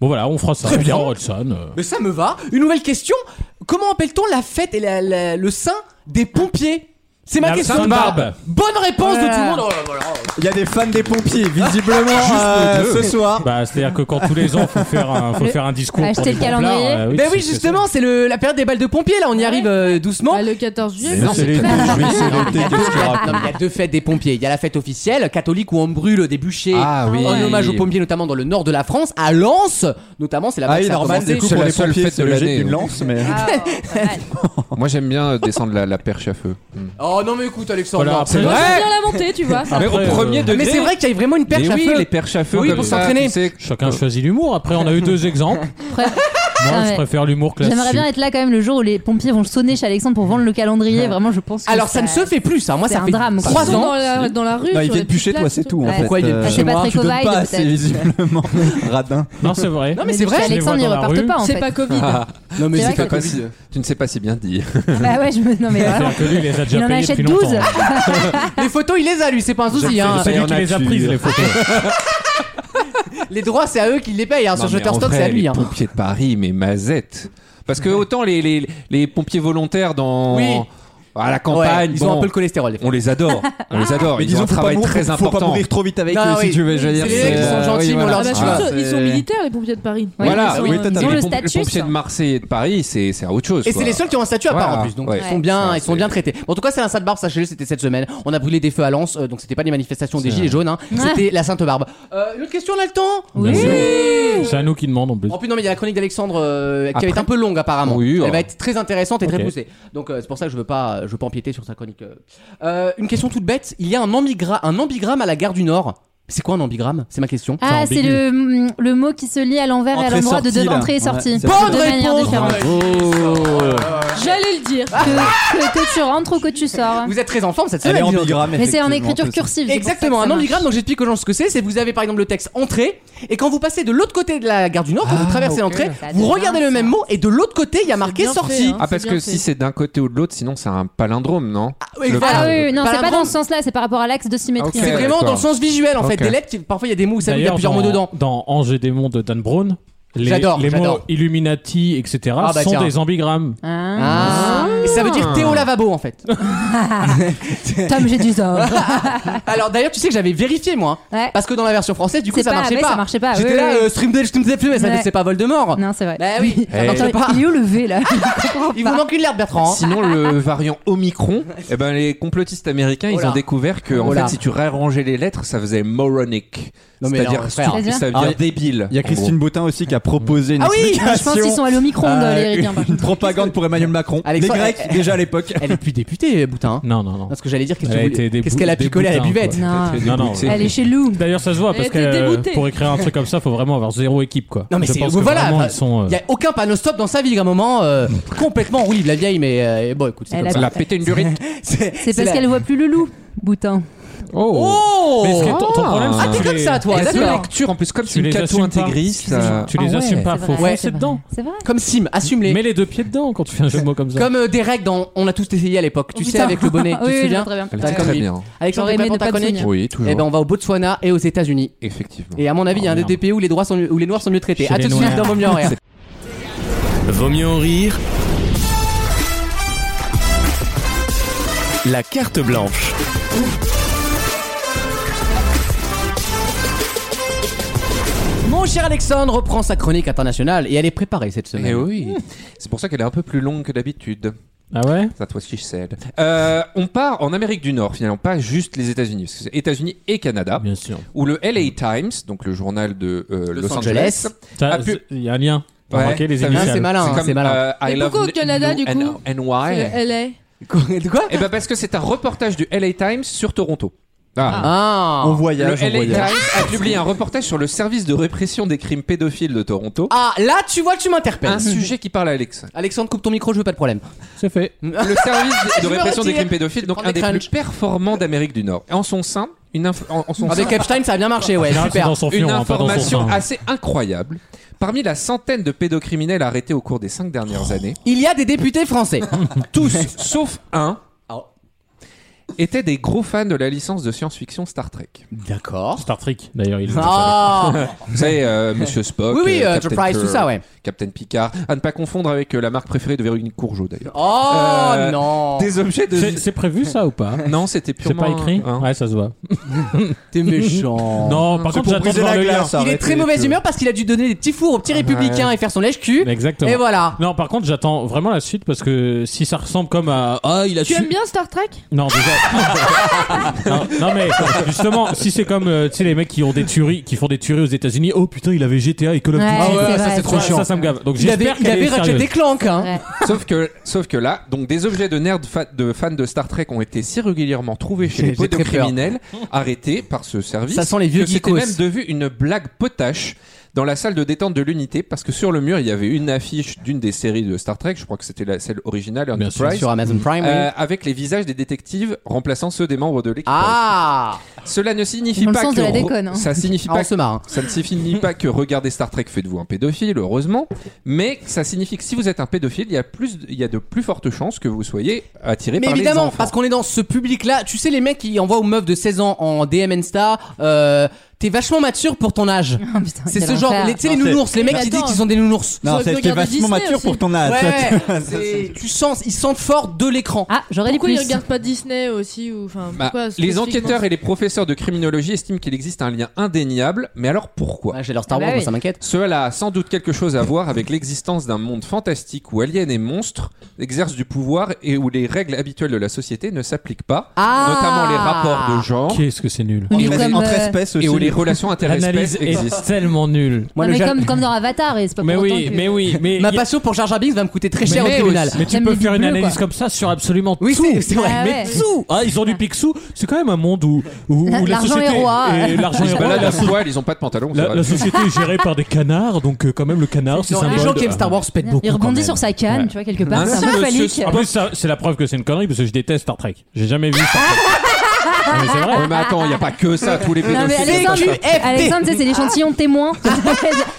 S9: Bon voilà, on fera ça.
S2: Très bien.
S9: Orelsan. euh.
S2: Mais ça me va. Une nouvelle question. Comment appelle-t-on la fête et la- la- le sein des pompiers C'est ma
S9: La
S2: question.
S9: Sainte-Barbe.
S2: Bonne réponse de tout le monde. Oh là là.
S5: Il y a des fans des pompiers, visiblement, euh, ce soir.
S9: Bah c'est à dire que quand tous les ans faut faire un, faut
S4: Le-
S9: faire un discours.
S4: Acheter
S9: pour
S4: le
S9: les Templars,
S4: calendrier.
S9: euh,
S2: Ben oui,
S9: c'est- c'est-
S2: justement, c'est le- la période des balles de pompiers. Là, on y arrive euh, doucement.
S6: Bah, le 14 juillet,
S9: Mais
S6: non,
S9: c'est
S6: c'est
S9: les-
S6: clair.
S9: je vais essayer de-
S2: Il y a deux fêtes. Non, mais il y a deux fêtes des pompiers. Il y a la fête officielle, catholique, où on brûle des bûchers.
S3: Ah oui.
S2: En hommage aux pompiers, notamment dans le nord de la France, à Lens, notamment, c'est là-bas
S5: Ah
S2: que
S5: oui,
S2: ça a
S5: normal,
S2: commencé.
S5: du coup,
S3: C'est
S5: pour
S3: la
S5: les
S3: seule
S5: pompiers,
S3: fête
S5: c'est
S3: de
S5: logique
S3: l'année, hein.
S5: d'une
S3: oui.
S5: lance, mais...
S6: Ah, oh,
S3: Moi j'aime bien euh, descendre la, la perche à feu.
S2: Oh non, mais écoute, Alexandre.
S9: Voilà,
S2: non.
S9: après-
S6: Moi,
S9: Ouais.
S6: j'aime bien la montée, tu vois.
S2: Ah,
S6: ça.
S9: Après,
S3: Mais au premier
S9: euh,
S3: degré.
S2: mais c'est vrai qu'il y a vraiment une perche
S3: Mais
S2: à
S3: oui,
S2: feu.
S3: les perches à feu
S2: Oui,
S3: comme
S2: pour
S3: ça,
S2: s'entraîner.
S3: tu sais,
S9: Chacun choisit l'humour. Après on a eu deux exemples.
S4: Après-
S9: Moi
S4: Ah,
S9: je
S4: ouais.
S9: préfère l'humour classique.
S4: J'aimerais bien être là quand même le jour où les pompiers vont sonner chez Alexandre pour vendre le calendrier. Vraiment, je pense. que
S2: Alors ça ne se fait plus, ça. Moi,
S4: c'est
S2: ça
S4: un
S2: fait
S4: drame, quoi.
S6: Ils
S2: trois
S6: sont dans
S2: ans.
S6: la, dans la rue.
S5: Non,
S6: sur
S5: il vient
S6: la
S5: de
S6: petite
S5: bûcher, toi,
S6: place,
S5: c'est tout, en
S4: Ouais.
S5: fait.
S2: Pourquoi il vient de
S5: Euh,
S2: bûcher
S5: tu
S4: moi
S5: donnes
S4: Patrick
S5: pas
S4: Ovide,
S5: assez,
S4: peut-être.
S5: visiblement, radin.
S9: Non c'est vrai.
S2: Non, mais c'est
S4: Chez
S2: vrai.
S9: les vois
S4: Alexandre, il
S9: dans la
S4: reparte
S9: rue. Ah,
S4: pas en
S6: C'est
S4: fait.
S6: pas Covid.
S2: Non, mais
S4: C'est
S2: c'est
S4: vrai
S2: pas
S4: que-
S2: Covid.
S3: si- tu ne sais pas si bien dire.
S4: Bah ouais, je me. Non, mais voilà.
S9: C'est-à-dire que lui, il les a déjà
S4: Il en
S9: payés
S4: achète
S9: depuis
S4: 12.
S9: longtemps.
S2: Les photos, il les a, lui, c'est pas un souci. hein.
S9: C'est lui qui les a prises, les photos.
S2: Les droits, c'est à eux qui les payent. hein. Sur
S3: Non, mais en
S2: Shutterstock,
S3: vrai,
S2: c'est à lui.
S3: Les
S2: hein.
S3: pompiers de Paris, mais mazette. Parce que autant les, les, les pompiers volontaires dans
S2: Oui.
S3: à la
S2: Ouais,
S3: campagne,
S2: Ils ont
S3: bon,
S2: un peu le cholestérol. des fois.
S3: on les adore, on les adore.
S5: Mais
S3: ils
S5: disons,
S3: ont un
S5: faut pas
S3: travail
S5: mourir-
S3: très
S5: faut
S3: important.
S5: pas mourir trop vite avec
S2: Non,
S5: eux, si
S2: oui.
S5: tu veux, je veux dire.
S2: C'est les mecs qui sont
S5: euh,
S2: gentils,
S5: oui,
S2: mais on
S5: voilà.
S2: leur
S6: Ah bah,
S2: dit,
S6: surtout,
S2: Ah,
S6: ils sont- ils sont
S5: c'est-
S6: militaires, les pompiers de Paris.
S4: Ouais,
S3: Voilà.
S4: ils ont-
S5: Oui,
S4: ils
S5: totalement.
S4: ont
S3: les,
S4: le
S3: pom- les
S4: statut.
S3: pompiers
S4: ça.
S3: de Marseille et de Paris, c'est c'est autre chose.
S2: Et c'est les seuls qui ont un statut à part
S3: Voilà.
S2: en plus, donc
S3: Ouais.
S2: ils sont bien,
S3: Ça,
S2: ils sont bien traités. Bon, en tout cas, c'est la Sainte Barbe, sachez-le, c'était cette semaine. On a brûlé des feux à Lens, euh, donc c'était pas des manifestations des gilets jaunes, hein, c'était la Sainte Barbe. Euh, une autre question, on a le temps
S9: Bien sûr. C'est à nous qui demande en plus.
S2: En plus, non, mais il y a la chronique d'Alexandre euh, qui
S3: Après-
S2: va être un peu longue apparemment.
S3: Oui,
S2: Elle
S3: oh.
S2: va être très intéressante et très
S9: Ok.
S2: poussée. Donc euh, c'est pour ça que je veux pas, je veux pas empiéter sur sa chronique. euh. Euh, une question toute bête. Il y a un ambigramme, un ambigramme à la gare du Nord. C'est quoi un ambigramme C'est ma question.
S4: Ah, c'est le, mm, le mot qui se lie à l'envers et à
S5: Entrée,
S4: l'endroit de
S5: sortie,
S4: deux
S5: là.
S4: entrées et
S5: Ouais,
S4: sorties.
S5: c'est
S2: Bonne
S4: de manière
S2: réponse.
S4: différente.
S6: J'allais le dire.
S4: Que, que- que tu rentres ou que tu sors.
S2: Vous êtes très en forme cette
S5: Elle
S2: semaine.
S5: est
S2: dis donc.
S5: ambigramme,
S4: Mais c'est en
S5: effectivement,
S4: écriture
S5: tout ça.
S4: cursive. c'est pour ça que
S2: Exactement,
S4: ça
S2: un
S4: marche.
S2: ambigramme, donc j'explique aux gens ce que c'est, c'est vous avez par exemple le texte entrée, et quand vous passez de l'autre côté de la gare du Nord, quand
S9: Ah,
S2: vous traversez l'entrée,
S4: Ça
S2: vous
S4: devient
S2: regardez
S4: Bah, ça.
S2: le même mot, et de l'autre côté, il y a marqué
S6: bien fait,
S2: sortie.
S6: hein.
S3: Ah parce
S6: C'est bien
S3: que
S6: fait.
S3: si c'est d'un côté ou de l'autre, sinon c'est un palindrome, non
S2: oui,
S3: Le
S2: voilà.
S4: Ah
S3: palindrome.
S4: oui, oui, non, c'est pas
S2: Palindrome.
S4: dans ce sens-là, c'est par rapport à l'axe de symétrie.
S3: Ah, ok.
S2: C'est
S4: en fait.
S2: vraiment
S3: d'accord.
S2: dans le sens visuel en fait,
S3: Ok.
S2: des lettres, qui- parfois il y a des mots où ça veut dire
S9: D'ailleurs,
S2: plusieurs
S9: dans-
S2: mots dedans.
S9: Dans Ange et démons de Dan Brown, Les,
S2: J'adore,
S9: les mots
S2: j'adore.
S9: Illuminati, etc.
S2: Ah, bah,
S9: sont
S2: tiens.
S9: des ambigrammes.
S4: Hein
S2: Ah, Et ça veut dire Théo Lavabo en fait.
S9: Ah,
S4: Tom, j'ai du zor.
S2: Alors d'ailleurs, tu sais que j'avais vérifié moi. hein,
S4: Ouais.
S2: Parce que dans la version française, du coup,
S4: C'est
S2: ça
S4: pas
S2: marchait
S4: la
S2: pas.
S4: baie, ça marchait pas,
S2: J'étais
S4: oui,
S2: là,
S4: oui,
S2: euh,
S4: oui.
S2: stream de stream de mais ça
S4: Ouais.
S2: c'est pas Voldemort.
S4: Non, c'est vrai.
S2: Bah oui, ça
S3: Eh.
S2: marchait pas.
S4: Il est où le V là
S2: Il vous manque une lettre, Bertrand. hein.
S3: Sinon, le variant Omicron, eh ben, les complotistes américains,
S2: Oh
S3: ils
S2: là.
S3: ont découvert que,
S2: Oh
S3: en
S2: là.
S3: fait, si tu réarrangeais les lettres, ça faisait moronic.
S2: Non, mais
S3: C'est-à-dire,
S2: alors,
S3: stupide,
S2: frère.
S3: ça veut
S5: Ah,
S3: dire débile.
S5: Il y a
S3: en gros.
S5: Christine Boutin aussi qui a proposé une
S2: Ah oui,
S4: Je pense qu'ils sont allés au micro-ondes,
S5: Euh,
S4: les Ricains, par
S5: une
S4: contre.
S5: propagande pour Emmanuel Macron. Les
S2: Alexandre-
S5: Grecs, déjà à l'époque.
S2: Elle est plus députée, Boutin.
S9: Non, non, non.
S2: Parce que j'allais dire qu'est-ce que
S9: Elle
S2: vous
S9: a été
S2: voulez-
S9: des
S2: qu'est-ce
S9: bou-
S2: qu'elle a
S9: des
S2: picolé à la
S9: boutins,
S2: buvette.
S4: Non,
S3: Des
S9: Non, non.
S3: dégoûtés.
S4: elle est chez Lou.
S9: D'ailleurs, ça se voit
S6: Elle
S9: parce que
S6: était
S9: euh,
S6: dégoûtée.
S9: pour écrire un truc comme ça, faut vraiment avoir zéro équipe, quoi.
S2: Non, mais
S9: Je
S2: c'est-
S9: pense que
S2: voilà,
S9: vraiment,
S2: enfin,
S9: ils sont. euh,
S2: Il y a aucun panneau stop dans sa vie, à un moment euh, complètement roulé la vieille, mais euh, bon, écoute, c'est
S4: Elle
S2: comme
S4: a-
S2: ça.
S3: Elle a pété une durite.
S4: C'est parce
S2: la-
S4: qu'elle voit plus le loup, Boutin.
S3: Oh!
S2: Oh
S9: Mais ce que ton, ton problème, c'est
S3: Ah,
S2: Ah,
S9: que
S2: t'es
S9: tu
S2: comme
S9: les-
S2: ça, toi,
S3: Est-ce que
S2: d'accord.
S3: lecture, en plus, comme
S9: Tu
S3: c'est une
S9: les
S3: catho
S9: assumes pas.
S3: intégriste. euh,
S9: Tu les
S4: Ah
S9: assumes
S4: ouais,
S9: pas,
S4: c'est
S9: faut
S4: vrai,
S9: foncer
S4: c'est vrai.
S9: dedans.
S4: C'est vrai.
S2: Comme Sim, assume-les.
S9: Mets les deux pieds dedans quand tu fais un jeu de mots comme ça.
S2: Comme euh, des règles dans On a tous essayé à l'époque, tu
S4: Oh,
S2: sais,
S4: putain.
S2: avec le bonnet, tu
S4: Oui,
S2: te
S4: oui,
S2: souviens
S4: je me
S3: Elle
S2: T'as
S3: est très
S2: commis.
S3: bien.
S2: Alexandre,
S4: J'aurais
S2: tu
S4: aimé
S2: prépares ta
S4: ne pas te
S2: chronique
S4: souvenir.
S3: Oui, toujours.
S2: Eh ben, on va au Botswana et aux États-Unis.
S3: Effectivement.
S2: Et à mon avis, il y a un des
S9: Ah, merde.
S2: pays où les droits sont où les noirs sont mieux traités.
S9: Chez
S2: À
S9: les
S2: tout de suite
S9: Noirs.
S2: dans Vaut mieux en rire.
S1: Vaut mieux en rire. La carte blanche.
S2: Mon cher Alexandre reprend sa chronique internationale et elle est préparée cette semaine.
S3: Eh oui. C'est pour ça qu'elle est un peu plus longue que d'habitude.
S9: Ah ouais
S3: That was she said. Euh, on part en Amérique du Nord, finalement, pas juste les États-Unis, parce que c'est États-Unis et Canada,
S9: Bien sûr.
S3: où le LA Times, donc le journal de euh, Los,
S2: Angeles.
S3: Angeles,
S9: Ça,
S3: Ah, puis-
S9: Il y a un lien. T'as
S3: Ouais,
S9: remarqué les
S3: ça vient-
S2: Ah, c'est
S9: initiales.
S2: malin, hein,
S3: comme,
S2: c'est malin.
S3: euh, I
S6: Mais
S3: love
S6: pourquoi au Canada,
S3: New-
S6: du coup
S3: N- NY.
S6: Elle est.
S2: De quoi
S3: Eh ben parce que c'est un reportage du LA Times sur Toronto. Ah.
S2: Ah.
S5: On
S3: Le
S5: voyage, on
S3: LA Times
S5: voyage.
S3: a publié un reportage sur le service de répression des crimes pédophiles de Toronto.
S2: Ah, là, tu vois, tu
S6: Ah,
S2: m'interpelles.
S3: Un sujet qui parle à Alex.
S2: Alexandre, coupe ton micro, je veux pas de problème.
S9: C'est fait.
S3: Le service de- de
S2: me
S3: répression des
S2: retire.
S3: crimes pédophiles, donc
S2: prends
S3: un
S2: des
S3: des plus
S2: crunchs.
S3: performants d'Amérique du Nord. En son sein, une inf- en, en son sein,
S2: Avec Epstein, ça a bien marché, ouais,
S9: Général, c'est
S2: super.
S9: dans son
S3: une
S9: fion, hein, pas dans son
S3: information
S9: sein.
S3: assez incroyable. Parmi la centaine de pédocriminels arrêtés au cours des cinq dernières années,
S2: Il y a des députés français.
S3: tous, sauf un,
S2: Oh.
S3: étaient des gros fans de la licence de science-fiction Star Trek.
S2: D'accord.
S9: Star Trek, d'ailleurs, il
S2: Ah
S3: Vous savez, euh, Monsieur Spock,
S2: Oui, oui,
S3: euh,
S2: euh,
S3: Captain
S2: Enterprise,
S3: Kirk,
S2: tout ça, ouais.
S3: Captain Picard, à ne pas confondre avec euh, la marque préférée de Véronique Courgeot d'ailleurs.
S2: Oh
S3: Euh,
S2: non
S3: Des objets de...
S9: C'est c'est prévu ça ou pas
S3: Non, c'était
S9: C'est
S3: purement...
S9: pas écrit
S3: hein.
S9: Ouais, ça se voit.
S2: T'es méchant.
S9: Non, par
S5: C'est pour
S9: contre, j'attends de
S5: briser
S9: voir
S5: la
S9: le lien.
S5: glace.
S2: Il est
S5: arrêtez,
S2: très mauvaise
S5: tu-
S2: humeur parce qu'il a dû donner des petits fours aux petits républicains et faire son lèche-cul.
S9: Exactement.
S2: Et voilà.
S9: Non, par contre, j'attends vraiment la suite parce que si ça ressemble comme à ah il a
S6: Tu
S9: su-
S6: aimes bien Star Trek
S9: non déjà non, non, mais justement si c'est comme euh, tu sais les mecs qui ont des tueries qui font des tueries aux États-Unis oh putain il avait GTA et Call of
S4: Ouais,
S9: Duty
S2: Ah ouais, ça,
S4: c'est vrai, Oh,
S2: c'est trop
S9: ça,
S2: chiant.
S9: ça, ça me gave donc
S2: Il avait,
S9: j'espère
S2: il
S9: qu'elle
S2: avait
S9: est
S2: racheté
S9: sérieuse.
S2: des clanques, hein.
S4: Ouais.
S3: sauf, que, sauf que là, donc des objets de nerds fa- de fans de Star Trek ont été si régulièrement trouvés chez
S2: J'ai-
S3: les
S2: j'ai très peur.
S3: pédocriminels arrêtés par ce service
S2: Ça sent les vieux
S3: que c'était
S2: geekos.
S3: même devenu une blague potache dans la salle de détente de l'unité parce que sur le mur, il y avait une affiche d'une des séries de Star Trek, je crois que c'était la, celle originale,
S9: Bien sûr,
S3: Enterprise,
S2: Sur Amazon Prime, oui.
S3: euh, avec les visages des détectives remplaçant ceux des membres de l'équipe.
S2: Ah
S3: Cela ne signifie
S4: Dans le
S3: pas
S4: sens
S3: que
S4: de la
S3: re-
S4: déconne, hein.
S3: ça signifie
S2: Ah,
S3: pas
S2: on se marre. hein.
S3: ça ne signifie pas que regarder Star Trek fait de vous un pédophile, heureusement, mais ça signifie que si vous êtes un pédophile, il y a plus, il y a de plus fortes chances que vous soyez attiré
S2: Mais
S3: par les
S2: évidemment,
S3: enfants.
S2: parce qu'on est dans ce public-là, tu sais, les mecs qui envoient aux meufs de 16 ans en DM Insta, euh, t'es vachement mature pour ton âge.
S4: Oh, putain,
S2: C'est
S4: quel
S2: ce genre,
S4: enfer.
S2: les- tu sais, les
S5: Non, c'est-
S2: nounours, les mecs qui
S6: Attends.
S2: disent qu'ils sont des nounours.
S5: Non,
S6: Sur le
S5: c'était
S6: regard de
S5: vachement
S6: Disney
S5: mature
S6: aussi.
S5: pour ton âge.
S2: Ouais,
S5: Ça, tu-
S2: c'est- tu sens, ils sentent fort de l'écran.
S4: Ah, j'aurais dit
S6: Pourquoi
S4: plus.
S6: ils regardent pas Disney aussi ou enfin
S3: Bah,
S6: pourquoi
S3: les
S6: spécifiquement
S3: enquêteurs et les professeurs de criminologie estiment qu'il existe un lien indéniable, mais alors pourquoi
S2: Ouais, J'ai leur Star
S4: Ah bah
S2: Wars, moi,
S4: oui.
S2: ça m'inquiète.
S3: Cela a sans doute quelque chose à voir avec l'existence d'un monde fantastique où aliens et monstres exercent du pouvoir et où les règles habituelles de la société ne s'appliquent pas,
S2: Ah.
S3: notamment les rapports de genre
S9: qu'est-ce que c'est nul
S4: On est
S5: Entre-
S4: comme,
S5: entre
S4: euh,
S5: espèces aussi.
S3: et où les relations interespèces
S9: l'analyse
S3: existent.
S9: est tellement nulle
S2: Moi, le
S4: non, mais
S2: Ja-
S4: comme, comme dans Avatar, et c'est pas pour
S9: mais
S4: autant
S9: oui
S4: que-
S9: mais oui mais
S2: Ma
S9: il y a-
S2: passion pour Jar Jar Binks va me coûter très cher
S3: Mais
S2: au tribunal.
S3: aussi-
S9: mais tu
S4: J'aime
S9: peux
S4: les
S9: faire une
S4: doubleux,
S9: analyse
S4: quoi.
S9: comme ça sur absolument
S2: Oui,
S9: tout
S2: c'est- c'est vrai.
S4: Ah
S9: mais
S4: ouais.
S9: tout ah ils ont du pixou c'est quand même un monde où où, où la
S4: L'argent est
S9: société
S4: roi.
S9: et l'argent
S3: Ils
S9: est
S3: se
S9: roi
S3: baladent
S9: la
S3: à Bah poil, ils ont pas de pantalon. c'est
S9: La,
S3: vrai.
S9: la société est gérée par des canards, donc euh, quand même le canard, c'est
S2: Non,
S9: symbole.
S2: les gens
S9: de-
S2: qui aiment Star Wars pètent
S4: Non,
S2: beaucoup.
S4: Il rebondit
S2: quand
S4: sur sa canne,
S9: Ouais.
S4: tu vois, quelque part.
S3: Un
S4: C'est un peu
S3: Hein monsieur- Ah
S4: phallique.
S9: En plus, ça- c'est la preuve que c'est une connerie parce que je déteste Star Trek. J'ai jamais vu Star Trek. Non, mais c'est vrai.
S2: bah,
S3: Ouais, mais attends, il n'y a pas que ça, tous les
S4: Non, mais
S3: pédophiles.
S4: Alexandre,
S3: c'est pas ça.
S4: Alexandre, ça, c'est l'échantillon témoin.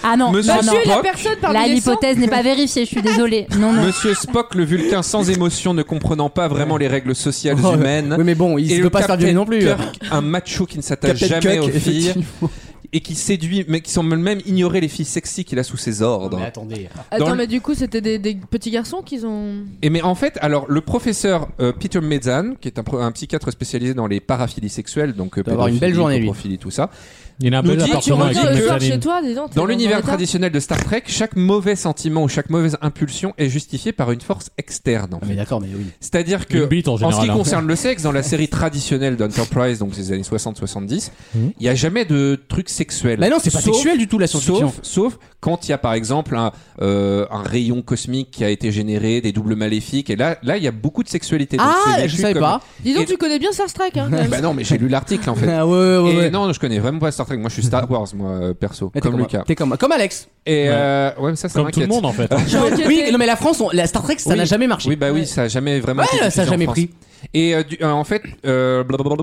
S4: ah non,
S3: Monsieur
S4: non, non.
S6: Monsieur et la
S3: Spock.
S6: personne parmi
S4: Là,
S6: les cent
S4: l'hypothèse n'est pas vérifiée, je suis désolée. Non, non.
S3: Monsieur Spock, le vulcain sans émotion, ne comprenant pas vraiment les règles sociales
S2: même.
S3: humaines.
S2: Oh, Oui, mais bon, il
S3: Et
S2: ne
S3: le
S2: peut pas se faire
S3: Captain
S2: durer non plus.
S3: Kirk, un macho qui ne s'attache
S5: Captain
S3: jamais
S5: Kirk,
S3: aux filles.
S5: effectivement.
S3: et qui séduit, mais qui semble même ignorer les filles sexy qu'il a sous ses ordres.
S2: Mais attendez.
S6: Attends,
S3: le-
S6: mais du coup, c'était des, des petits garçons qu'ils ont.
S3: Et mais en fait, alors le professeur euh, Peter Mezzan, qui est un, pro- un psychiatre spécialisé dans les paraphilies sexuelles, donc euh,
S2: Doit avoir une
S3: pédophilie,
S2: belle journée, lui.
S3: coprophilie, tout ça.
S9: Il y en a un
S3: Nous
S9: bel
S3: dit-
S6: Tu
S9: appartement avec
S6: rentres
S9: une
S6: le soir
S9: mezzanine.
S6: chez toi, dis donc. t'es
S3: Dans l'univers
S6: l'état.
S3: traditionnel de Star Trek, chaque mauvais sentiment ou chaque mauvaise impulsion est justifié par une force externe. en fait.
S2: Ah, Mais d'accord, mais oui.
S3: C'est-à-dire que
S9: Une bite, en
S3: en
S9: général,
S3: ce qui
S9: hein.
S3: concerne le sexe, dans la série traditionnelle d'Enterprise, donc des années 60-70, il
S9: Mhm.
S3: n'y a jamais de truc sexuel.
S2: Bah Mmh. non, c'est pas
S3: Sauf-
S2: sexuel du tout la science-fiction.
S3: Sauf, sauf quand il y a par exemple un, euh, un rayon cosmique qui a été généré, des doubles maléfiques, et là, là il y a beaucoup de sexualité. Donc, c'est
S2: Ah, je
S3: vécu
S2: savais
S3: comme-
S2: pas.
S6: Dis donc,
S3: Et-
S6: tu connais bien Star Trek, hein. quand même.
S3: Bah non, mais j'ai lu l'article en fait.
S2: Ah ouais, ouais,
S3: Et
S2: ouais.
S3: non, je connais vraiment pas Star Trek. Moi, je suis Star Wars, moi, euh, perso,
S2: Mais Eh, t'es
S3: comme Lucas.
S2: T'es comme, comme Alex.
S3: Et euh, ouais, mais ça, ça
S9: Comme tout le
S3: m'inquiète.
S9: monde en fait.
S2: Oui, non, mais la France, on- la Star Trek, ça
S3: Oui.
S2: n'a jamais marché.
S3: Oui, bah oui, ça a jamais vraiment. été
S2: Ouais, ça a
S3: diffusé en
S2: jamais
S3: France.
S2: pris.
S3: Et euh, du- euh, en fait, euh, blablabla,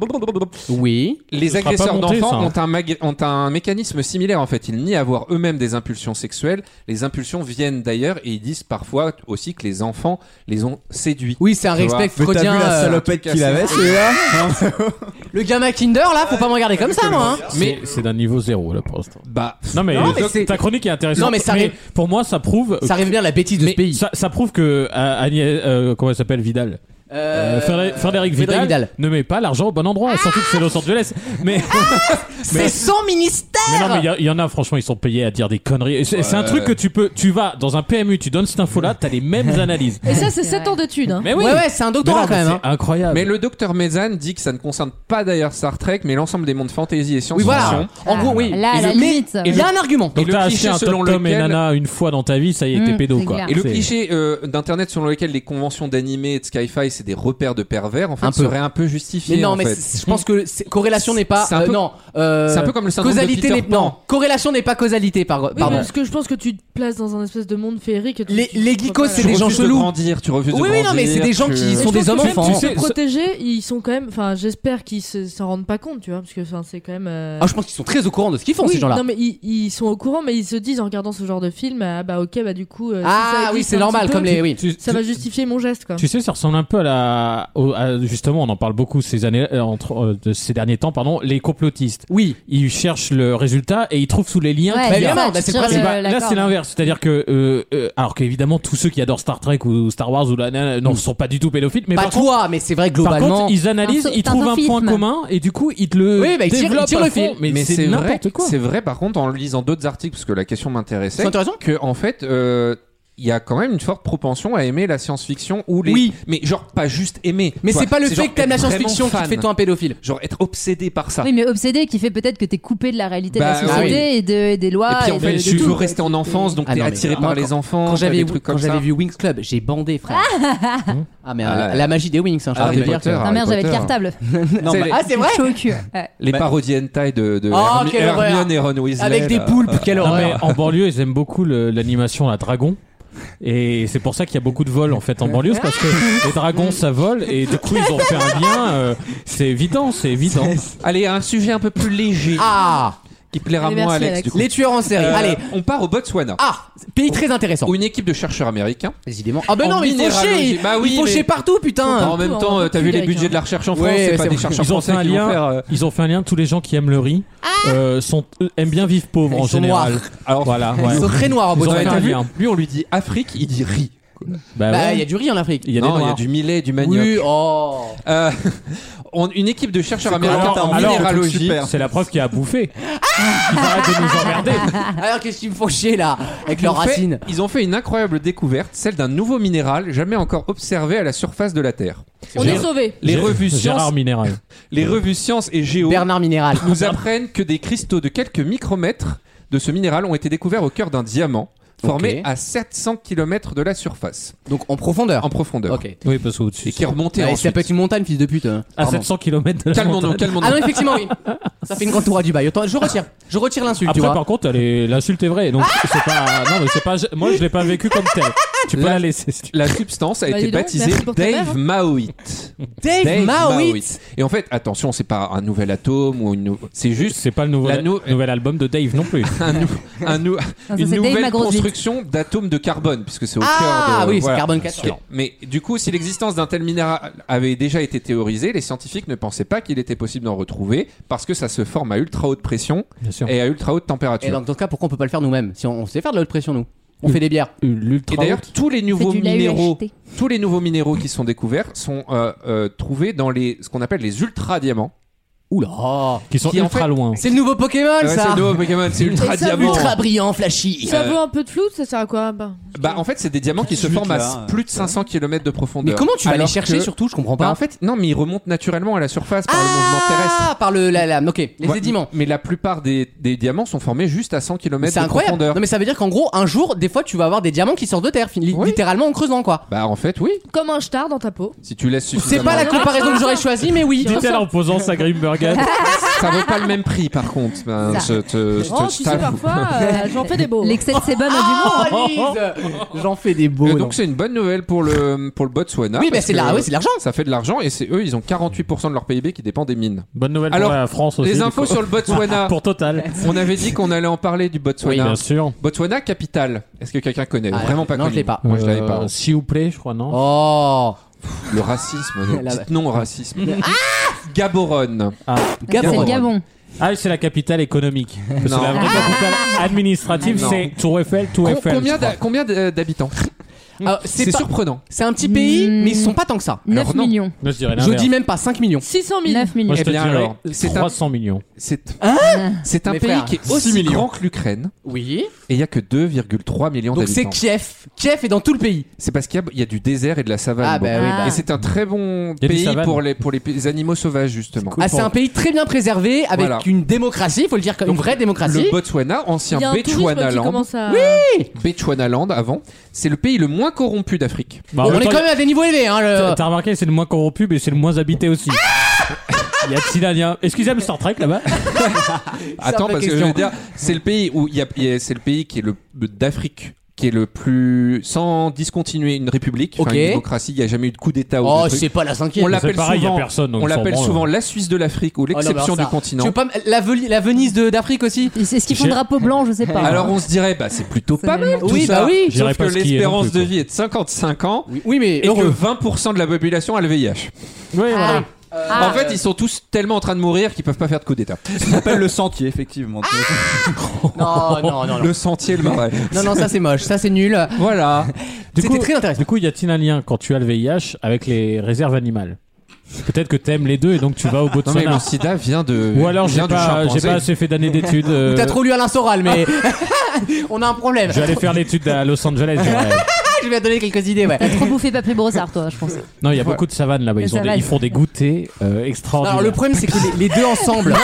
S2: Oui.
S3: les
S9: Ce sera pas
S3: agresseurs
S9: monté, ça,
S3: d'enfants
S9: hein.
S3: ont, un mag- ont un mécanisme similaire en fait. Ils nient avoir eux-mêmes des impulsions sexuelles. Les impulsions viennent d'ailleurs et ils disent parfois aussi que les enfants les ont séduits.
S2: Oui, c'est un
S3: Tu vois.
S2: respect
S5: Mais t'as vu
S2: freudien.
S5: la
S2: euh,
S5: salopette
S3: truc
S5: qu'il
S3: assez-
S5: avait, celui-là
S9: Ah,
S2: le gamin Kinder, là, faut pas me regarder comme ça, moi. hein.
S9: Mais c'est d'un niveau zéro là pour l'instant.
S3: Bah,
S9: Non mais,
S2: Non,
S9: euh,
S2: mais c'est-
S9: ta chronique est intéressante.
S2: Non, mais ça arrive-
S9: pour moi ça prouve.
S2: Ça arrive bien la bêtise de
S9: mais
S2: ce pays.
S9: ça, ça prouve que euh, Agnès, euh, comment elle s'appelle Vidal, Euh, Frédéric, Frédéric Vidal, ne met pas l'argent au bon endroit, surtout que c'est Los Angeles. Mais,
S2: Ah C'est son ministère.
S9: mais non, mais il y a- il y, en a franchement, ils sont payés à dire des conneries. Et C'est c'est un
S3: Ouais.
S9: truc que tu peux, tu vas dans un PMU, tu donnes cette info-là, t'as les mêmes analyses.
S6: Et ça, c'est
S4: C'est
S6: 7
S4: vrai.
S6: ans d'études, hein.
S9: Mais Eh oui,
S2: Ouais, ouais, c'est un
S9: Mais non,
S2: doctorat
S9: mais
S2: quand même.
S9: c'est
S2: hein.
S9: incroyable.
S3: mais le docteur Mezzan dit que ça ne concerne pas d'ailleurs Star Trek, mais l'ensemble des mondes fantasy et
S2: hein. Oui,
S3: science-fiction.
S2: voilà. En
S4: Ah,
S2: gros, oui.
S4: là, à la
S2: Mais-
S4: limite.
S2: Il y a un argument.
S9: Donc
S3: Et le
S9: t'as
S3: cliché
S9: acheté un
S3: selon
S9: Tom Tom et
S3: lequel-
S9: Nana une fois dans ta vie, ça y est,
S4: Mm,
S9: t'es pédo
S4: c'est
S9: quoi.
S4: clair.
S3: Et le
S9: C'est-
S3: cliché euh, d'internet selon lequel les conventions d'animé et de sci-fi c'est des repères de pervers en fait
S2: Un peu.
S3: serait un peu justifié
S2: Mais non,
S3: en
S2: mais
S3: fait.
S2: c'est- je pense que c'est- corrélation n'est pas.
S3: C'est un
S2: euh,
S3: peu-
S2: non. euh,
S3: C'est un peu comme le syndrome de
S2: Causalité
S3: Peter
S2: n'est
S3: Pan.
S2: non. Corrélation n'est pas causalité. par-
S6: Oui,
S2: Pardon.
S6: parce que je pense que tu te places dans un espèce de monde féerique. et tout,
S2: Les-
S6: tu-
S2: les
S6: tu peux
S2: geekos,
S6: pas, là.
S2: c'est
S3: Tu
S2: des gens
S3: refuses de
S2: chelous.
S3: grandir, tu refuses de
S2: Oui, oui, non, mais c'est
S3: grandir,
S2: des gens
S3: tu-
S2: qui
S6: Et je
S2: sont
S6: pense
S2: des
S6: que
S2: hommes
S6: même,
S2: enfants.
S6: Tu
S9: Tu sais,
S6: sais, protégés, ils sont quand même. Enfin, j'espère qu'ils se- s'en rendent pas compte, tu vois, parce que enfin, c'est quand même. euh,
S2: Ah, je pense qu'ils sont très au courant de ce qu'ils font
S6: oui,
S2: ces gens-là.
S6: Non, mais ils, ils sont au courant, mais ils se disent en regardant ce genre de film, ah bah ok, bah du coup. euh, si ça
S2: Ah
S6: existe
S2: oui, c'est
S6: un
S2: normal
S6: petit
S2: comme
S6: peu,
S2: les oui.
S9: Tu-
S6: Ça va
S9: tu-
S6: justifier mon geste, quoi.
S9: Tu sais, ça ressemble un peu à la. au- à- justement, on en parle beaucoup ces années, euh, entre, euh, de ces derniers temps, pardon, les complotistes.
S2: Oui.
S9: Ils cherchent le résultat et ils trouvent sous les liens.
S4: Ouais,
S9: qu'il y a.
S2: évidemment,
S4: ça,
S2: là,
S4: tu
S2: c'est
S4: tires
S2: le
S9: Et
S2: principe.
S9: bah,
S4: le- la
S9: là,
S4: corde.
S9: c'est l'inverse. C'est-à-dire que, euh, euh, alors qu'évidemment, tous ceux qui adorent Star Trek ou Star Wars ou la nana n'en sont pas du tout pédophiles, mais
S2: Pas
S9: par contre,
S2: toi, mais c'est vrai
S9: par
S2: globalement.
S9: contre, ils analysent,
S4: Un so-
S9: ils trouvent un point
S4: sophisme.
S9: commun et du coup, ils te le
S2: Oui, bah, ils tirent- ils
S9: développent
S2: tirent
S9: à
S2: le
S9: fond.
S2: fil.
S9: Mais,
S3: Mais
S9: c'est
S3: c'est vrai,
S9: n'importe quoi.
S3: c'est vrai par contre en lisant d'autres articles parce que la question m'intéressait
S2: C'est intéressant.
S3: que en fait euh, il y a quand même une forte propension à aimer la science-fiction ou les
S2: Oui.
S3: mais genre pas juste aimer
S2: Mais
S3: tu
S2: c'est
S3: vois,
S2: pas le fait
S3: genre
S2: que t'aimes la
S3: être
S2: science-fiction qui
S3: vraiment
S2: te fait
S3: fan.
S2: toi un pédophile.
S3: genre être obsédé par ça
S4: Oui, mais obsédé qui fait peut-être que t'es coupé de la réalité
S3: Bah,
S4: de la société
S2: oui.
S4: et, de, et des lois.
S3: et puis en
S4: de-
S3: fait
S4: de
S3: tu
S4: tout,
S3: veux
S4: quoi.
S3: rester en enfance donc
S2: Ah
S3: t'es
S2: non, mais
S3: attiré
S2: moi,
S3: par les enfants
S2: Quand
S3: t'as
S2: j'avais
S3: des trucs
S2: quand
S3: comme
S2: j'avais
S3: ça
S2: vu Wings Club, j'ai bandé frère. Ah mais euh,
S3: Ah
S2: la-
S3: ouais.
S2: la magie des Wings, hein, je
S3: Harry
S2: peux te dire.
S3: Potter
S4: Ah merde, j'avais le
S3: Harry
S4: cartable.
S3: Potter. Tu sais,
S2: Ah c'est vrai
S4: Chaud au cul. Ouais.
S3: Les parodies hentai de, de
S2: Oh,
S3: Hermi-
S2: Bah- quelle horreur.
S3: Hermione et Ron Weasley.
S2: Avec des
S3: là.
S2: poulpes, quelle
S9: Non, mais
S2: horreur.
S9: en banlieue, ils aiment beaucoup le- l'animation la dragon. Et c'est pour ça qu'il y a beaucoup de vols en fait en banlieue, c'est parce que les dragons ça vole et du coup ils ont fait un lien. euh, c'est évident, c'est évident.
S3: Allez, un sujet un peu plus léger
S2: Ah
S3: qui plaira
S6: Allez,
S3: moins à
S6: merci,
S3: Alex,
S6: Alex.
S3: du coup.
S2: les tueurs en série.
S3: Euh,
S2: Allez.
S3: on part au Botswana.
S2: Ah, pays très intéressant.
S3: Où une équipe de chercheurs américains.
S2: Décidément. Ah ben
S3: En
S2: non, mais il faut
S3: minéralogie.
S2: chier.
S3: Bah oui,
S2: il faut
S3: mais-
S2: chier partout putain.
S3: en même temps, euh, t'as vu les budgets de la recherche en France,
S2: Ouais,
S3: c'est pas
S2: c'est
S3: des
S2: vrai.
S3: chercheurs
S9: Ils ont
S3: français
S9: fait un
S3: qui vont
S9: lien.
S3: faire. euh,
S9: Ils ont fait un lien. Tous les gens qui aiment le riz euh, sont euh, aiment bien vivre pauvre
S2: Ils
S9: en
S2: sont
S9: général.
S2: noirs.
S9: Alors voilà. ouais.
S2: Ils sont très noirs en
S9: Ils ont
S3: ouais,
S9: fait
S2: Botswana.
S3: t'as
S9: un
S3: vu
S9: lien.
S3: Lui, on lui dit Afrique, il dit riz.
S9: Bah
S2: Bah
S9: ouais.
S2: il Bah, y a du riz en Afrique.
S9: Il y a des
S3: non, il y a
S9: noirs.
S3: du millet, du manioc.
S2: Oui, oh.
S3: Euh, on- une équipe de chercheurs américains
S9: alors,
S3: en
S9: alors,
S3: minéralogie.
S5: super.
S9: C'est la preuve qu'il y a à bouffer. Ils arrêtent de nous emmerder.
S2: Alors qu'est-ce qu'ils me font chier là avec
S3: Ils ont
S2: leurs
S3: fait-
S2: racines.
S3: ils ont fait une incroyable découverte, celle d'un nouveau minéral jamais encore observé à la surface de la Terre.
S6: On est sauvés.
S3: Les
S9: Gérard-
S3: revues
S9: Gérard
S3: sciences,
S9: Minéral.
S3: les revues sciences et géo
S2: Bernard Minéral.
S3: nous apprennent que des cristaux de quelques micromètres de ce minéral ont été découverts au cœur d'un diamant formé
S2: Ok.
S3: à 700 km de la surface,
S2: Donc en profondeur.
S3: en profondeur,
S2: Ok.
S9: Oui, parce qu'au-dessus.
S3: et qui est remonté
S2: Ah, et
S3: ensuite.
S2: ça peut être une montagne, fils de pute. hein.
S9: À
S2: Pardon.
S9: 700 km de la
S3: Calmons-nous,
S9: montagne.
S3: calmons-nous.
S2: Ah non, effectivement, oui. Ça fait une grande tour à Dubaï. Autant, je retire. Je retire l'insulte, tu
S9: Après,
S2: vois.
S9: par contre, elle est- l'insulte est vraie. Donc, c'est pas. Non, mais c'est pas. Moi, je l'ai pas vécu comme tel. Tu peux
S3: Là-
S9: la laisser. si tu
S3: La substance a
S6: Bah,
S3: été
S6: dis donc,
S3: baptisée
S6: merci pour ta mère,
S3: Dave
S6: hein.
S3: Maoit.
S2: Dave, Maoit.
S3: Et en fait, attention, c'est pas un nouvel atome ou une. nou- C'est
S9: veux.
S3: juste
S9: C'est pas le nouveau,
S3: La nou-
S9: nouvel album de Dave non plus.
S3: un, nou- un nou-
S4: ça,
S3: une
S4: c'est Dave,
S3: nouvelle
S4: ma grosse bite.
S3: construction d'atomes de carbone, puisque c'est au cœur de.
S2: Ah oui, c'est
S3: voilà.
S2: carbone 14.
S3: Ok. Mais du coup, si l'existence d'un tel minéral avait déjà été théorisée, les scientifiques ne pensaient pas qu'il était possible d'en retrouver parce que ça se forme à ultra haute pression
S9: pression.
S3: et à ultra haute
S2: Et
S3: température.
S2: donc, dans ce cas, pourquoi on peut pas le faire nous-mêmes Si on, on sait faire de la haute pression, nous. On fait des bières.
S3: Et
S9: L'ultra.
S3: d'ailleurs, tous les
S4: C'est
S3: nouveaux
S4: du lait
S3: minéraux,
S4: UHT.
S3: tous les nouveaux minéraux qui sont découverts sont euh, euh, trouvés dans les ce qu'on appelle les ultra diamants.
S2: Oula
S9: qui sont
S3: qui, en
S9: ultra
S3: fait-
S9: loin.
S2: C'est le nouveau Pokémon,
S3: Ouais, c'est
S2: ça
S3: le nouveau Pokémon, c'est ultra
S2: Et ça,
S3: diamant.
S2: ultra brillant, flashy
S6: Ça
S3: Euh,
S6: vaut un peu de flou, ça sert à quoi bah,
S3: Bah en fait, c'est des diamants qui se
S5: Zut,
S3: forment à
S5: là.
S3: plus de 500 km de
S2: Mais
S3: profondeur.
S2: comment tu vas
S3: Alors
S2: les chercher,
S3: que-
S2: surtout Je comprends
S3: Bah,
S2: pas.
S3: en fait, non, mais ils remontent naturellement à la surface par le mouvement terrestre.
S2: ah, par le la lame, ok, les
S3: Ouais,
S2: sédiments.
S3: Mais la plupart des, des diamants sont formés juste à 100 km
S2: C'est
S3: de
S2: incroyable.
S3: profondeur.
S2: Non, mais ça veut dire qu'en gros, un jour, des fois, tu vas avoir des diamants qui sortent de terre, fi- li-
S3: Oui.
S2: littéralement en creusant, quoi.
S3: Bah en fait, oui.
S6: Comme un star dans ta peau.
S3: Si tu laisses
S2: C'est
S3: suffisamment.
S2: pas la comparaison que j'aurais choisie, mais oui.
S9: Dit-elle en posant sa Grimbergen.
S3: Ça vaut pas le même prix, par contre. Ben,
S4: Ça.
S3: ce- te-
S6: Oh,
S3: ce-
S6: tu
S3: ça-
S6: sais, parfois, euh, j'en fais des beaux.
S4: L'excès de Ah, sébum
S6: hein,
S4: a
S2: Oh, Lise J'en fais des beaux.
S3: Euh,
S2: non.
S3: donc c'est une bonne nouvelle pour le pour le Botswana.
S2: oui, mais
S3: parce
S2: c'est de
S3: que
S2: la- oui, c'est de l'argent.
S3: Ça fait de l'argent et c'est eux, ils ont 48% de leur PIB qui dépend des mines.
S9: Bonne nouvelle
S3: Alors,
S9: pour la France aussi.
S3: les
S9: du
S3: infos
S9: coup.
S3: sur le Botswana.
S9: Pour Total.
S3: On avait dit qu'on allait en parler du
S9: Oui,
S3: Botswana.
S9: bien sûr.
S3: Botswana capitale. Est-ce que quelqu'un connaît
S2: Ah,
S3: Vraiment pas
S2: non, je
S3: connu.
S2: l'ai pas.
S3: Moi, je l'avais pas.
S9: Euh, S'il vous plaît, je crois, non
S2: Oh,
S3: Le racisme.
S2: La-
S3: Dites non au racisme.
S2: Ah
S3: Gaborone.
S4: du monde. C'est le Gabon.
S9: Ah, c'est la capitale économique. Parce que
S3: Non.
S9: la vraie capitale administrative,
S3: Ah, non.
S9: c'est Tour Eiffel, Tour
S3: Com-
S9: Eiffel.
S3: combien
S9: je crois.
S3: d'a- combien d'- d'habitants
S2: Ah,
S3: C'est Mmh.
S2: c'est pas-
S3: surprenant.
S2: c'est un petit pays,
S4: Hmm.
S2: mais ils sont pas tant que ça.
S4: 9
S3: non.
S4: millions.
S9: Moi, je dirais
S2: Je
S9: l'inverse.
S2: dis même pas 5 millions.
S6: 600 000.
S4: 9 millions.
S9: Moi, je
S3: Eh
S9: te
S3: bien,
S9: dirais
S3: alors, c'est un-
S9: 300 millions.
S3: C'est
S2: Hein
S3: c'est un
S2: Mes
S3: pays
S2: frères.
S3: qui est
S2: Six
S3: aussi
S2: millions.
S3: grand que l'Ukraine
S2: Oui.
S3: et il y a que 2,3 millions
S2: Donc c'est
S3: d'habitants.
S2: Kiev. Kiev est dans tout le pays.
S3: C'est parce qu'il y, a- il y a du désert et de la savane.
S2: Ah, bah
S3: bon.
S2: oui,
S4: bah.
S3: Et c'est un très bon
S9: Il y a des
S3: pays
S9: savanes.
S3: pour les, pour les p- animaux sauvages, justement.
S2: Ah, c'est un pays très bien préservé avec
S3: Voilà.
S2: une démocratie, faut le dire, comme une
S3: Donc,
S2: vraie démocratie.
S3: Le Botswana,
S6: Il
S3: ancien
S6: y a un tourisme qui
S3: Bechuanaland,
S6: commence à...
S3: Bechuanaland avant, c'est le pays le moins corrompu d'Afrique.
S9: Bah, en
S2: on
S9: même
S2: est
S9: temps,
S2: quand même à des niveaux élevés. Hein, le-
S9: T'as remarqué, c'est le moins corrompu, mais c'est le moins habité aussi. Il y a Tsilania. Excusez-moi, Star Trek là-bas.
S3: Attends,
S2: vraie
S3: parce que je
S2: question.
S3: veux dire, c'est le pays où il y a, il y a- c'est le pays qui est le d'Afrique qui est le plus sans discontinuer une république, enfin,
S2: Ok.
S3: une démocratie. Il n'y a jamais eu de coup d'État ou
S2: Oh,
S3: de truc.
S2: c'est pas la
S3: On
S2: cinquième.
S3: l'a-
S9: C'est
S3: l'appelle
S9: pareil, il y a
S3: souvent-
S9: personne. donc
S3: On
S9: ils s'en
S3: l'appelle
S9: branlent.
S3: souvent la Suisse de l'afrique ou
S2: Oh, non, mais
S3: l'exception
S2: alors
S3: du
S2: ça, Tu
S3: continent.
S2: veux pas me- la, Veli- la Venise de- d'Afrique aussi
S4: C'est ce qu'ils font
S9: J'ai-
S4: drapeau blanc, je sais
S2: hein.
S4: pas.
S3: Alors on se dirait, bah c'est plutôt
S4: Ça
S3: pas
S4: m'a
S3: mal.
S4: l'air-
S3: tout
S2: Oui,
S3: ça.
S2: bah oui.
S9: J'irai
S3: Sauf que
S9: pas skier
S3: l'espérance
S9: non
S3: de
S9: plus,
S3: vie est de 55 ans
S2: Oui, mais
S3: et
S2: heureux.
S3: que 20% de la population a le VIH.
S9: Oui, voilà.
S4: Ah. Ah.
S3: En fait, ils sont tous tellement en train de mourir qu'ils peuvent pas faire de coup d'État.
S5: On appelle le sentier, effectivement.
S9: Ah,
S2: Non, Oh, non, non, non.
S3: Le sentier, le marais.
S2: Non, non, ça c'est moche, ça c'est nul.
S3: Voilà.
S9: Du
S2: C'était
S9: coup,
S2: très intéressant.
S9: du coup, il y a-t-il un lien quand tu as le VIH avec les réserves animales Peut-être que t'aimes les deux et donc tu vas au
S3: Non mais
S9: Botswana.
S3: le sida vient de.
S9: Ou alors j'ai
S3: vient du
S9: pas, j'ai
S3: chimpanzé.
S9: pas assez fait d'années d'études. euh,
S2: T'as trop lu Alain Soral, mais on a un problème.
S9: Je vais aller faire l'étude à Los Angeles. ouais.
S2: Je vais te donner quelques idées, ouais.
S4: T'as trop bouffé Papy Brossard, toi, je pense.
S9: Non, il y a beaucoup de savanes là-bas.
S4: Les
S9: Ils, ont des-
S4: savanes.
S9: ils font des goûters euh, extraordinaires.
S2: Alors le problème c'est que les, les deux ensemble,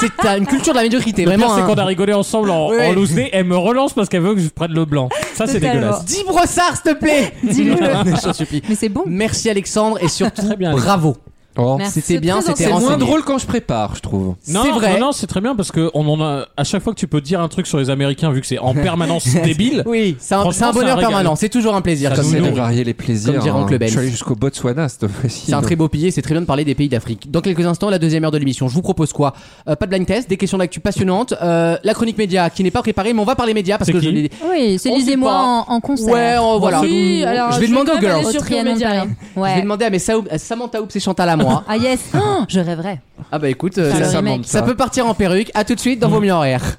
S2: c'est que t'as une culture de la médiocrité,
S9: Le pire,
S2: vraiment.
S9: c'est qu'on
S2: hein.
S9: a rigolé ensemble en,
S2: Oui, oui.
S9: en loose day. Elle me relance parce qu'elle veut que je prenne le blanc. Ça, c'est
S4: Totalement.
S9: dégueulasse.
S2: Dis brossard, s'il te plaît.
S4: Dis-le.
S2: Je t'en supplie.
S4: Mais c'est bon.
S2: Merci Alexandre et surtout
S9: Très bien,
S2: bravo.
S3: Oh.
S4: Merci.
S2: C'était
S4: C'est
S2: bien,
S4: très
S2: c'était
S3: C'est moins
S2: renseigné.
S3: drôle quand je prépare, je trouve.
S9: Non,
S2: C'est vrai.
S9: Non, non, c'est très bien parce que on en a à chaque fois que tu peux dire un truc sur les Américains, vu que c'est en permanence débile.
S2: Oui, c'est un,
S9: Franchement,
S2: c'est un
S9: c'est un
S2: bonheur
S9: régal.
S2: permanent, c'est toujours un plaisir.
S9: Ça
S2: Comme
S9: nous
S2: c'est-
S3: J'essaie de
S9: nourrit.
S3: varier les plaisirs. hein.
S2: Comme dirait Oncle Ben.
S3: Je suis allé jusqu'au Botswana cette fois-ci.
S2: C'est un très beau pays, et c'est très bien de parler des pays d'Afrique. Dans quelques instants, la deuxième heure de l'émission. Je vous propose quoi Euh, Pas de blind test, des questions d'actu passionnantes, euh, la chronique média qui n'est pas préparée, mais on va parler média parce
S9: C'est
S2: que
S9: qui
S2: je l'ai.
S4: Oui, c'est
S2: On
S4: Lise
S2: sait
S4: et moi
S2: pas.
S4: en, en concert.
S2: Ouais, on- voilà.
S6: Oui, alors,
S2: je vais demander aux
S6: quand même
S2: girls.
S6: aller
S4: Au
S6: sur
S4: Trianon de
S6: Comédia,
S4: Paris.
S6: là.
S2: Je vais
S4: Ouais.
S2: demander à, mes Saou- à Samantha Hobbs et Chantal à moi.
S4: Ah yes, Ah, je rêverais.
S2: ah bah écoute, euh,
S4: Faire
S2: ça,
S4: le
S3: Ça
S4: remake.
S3: monte
S9: Mm.
S2: ça peut partir en perruque. À tout de suite dans vos mieux en air.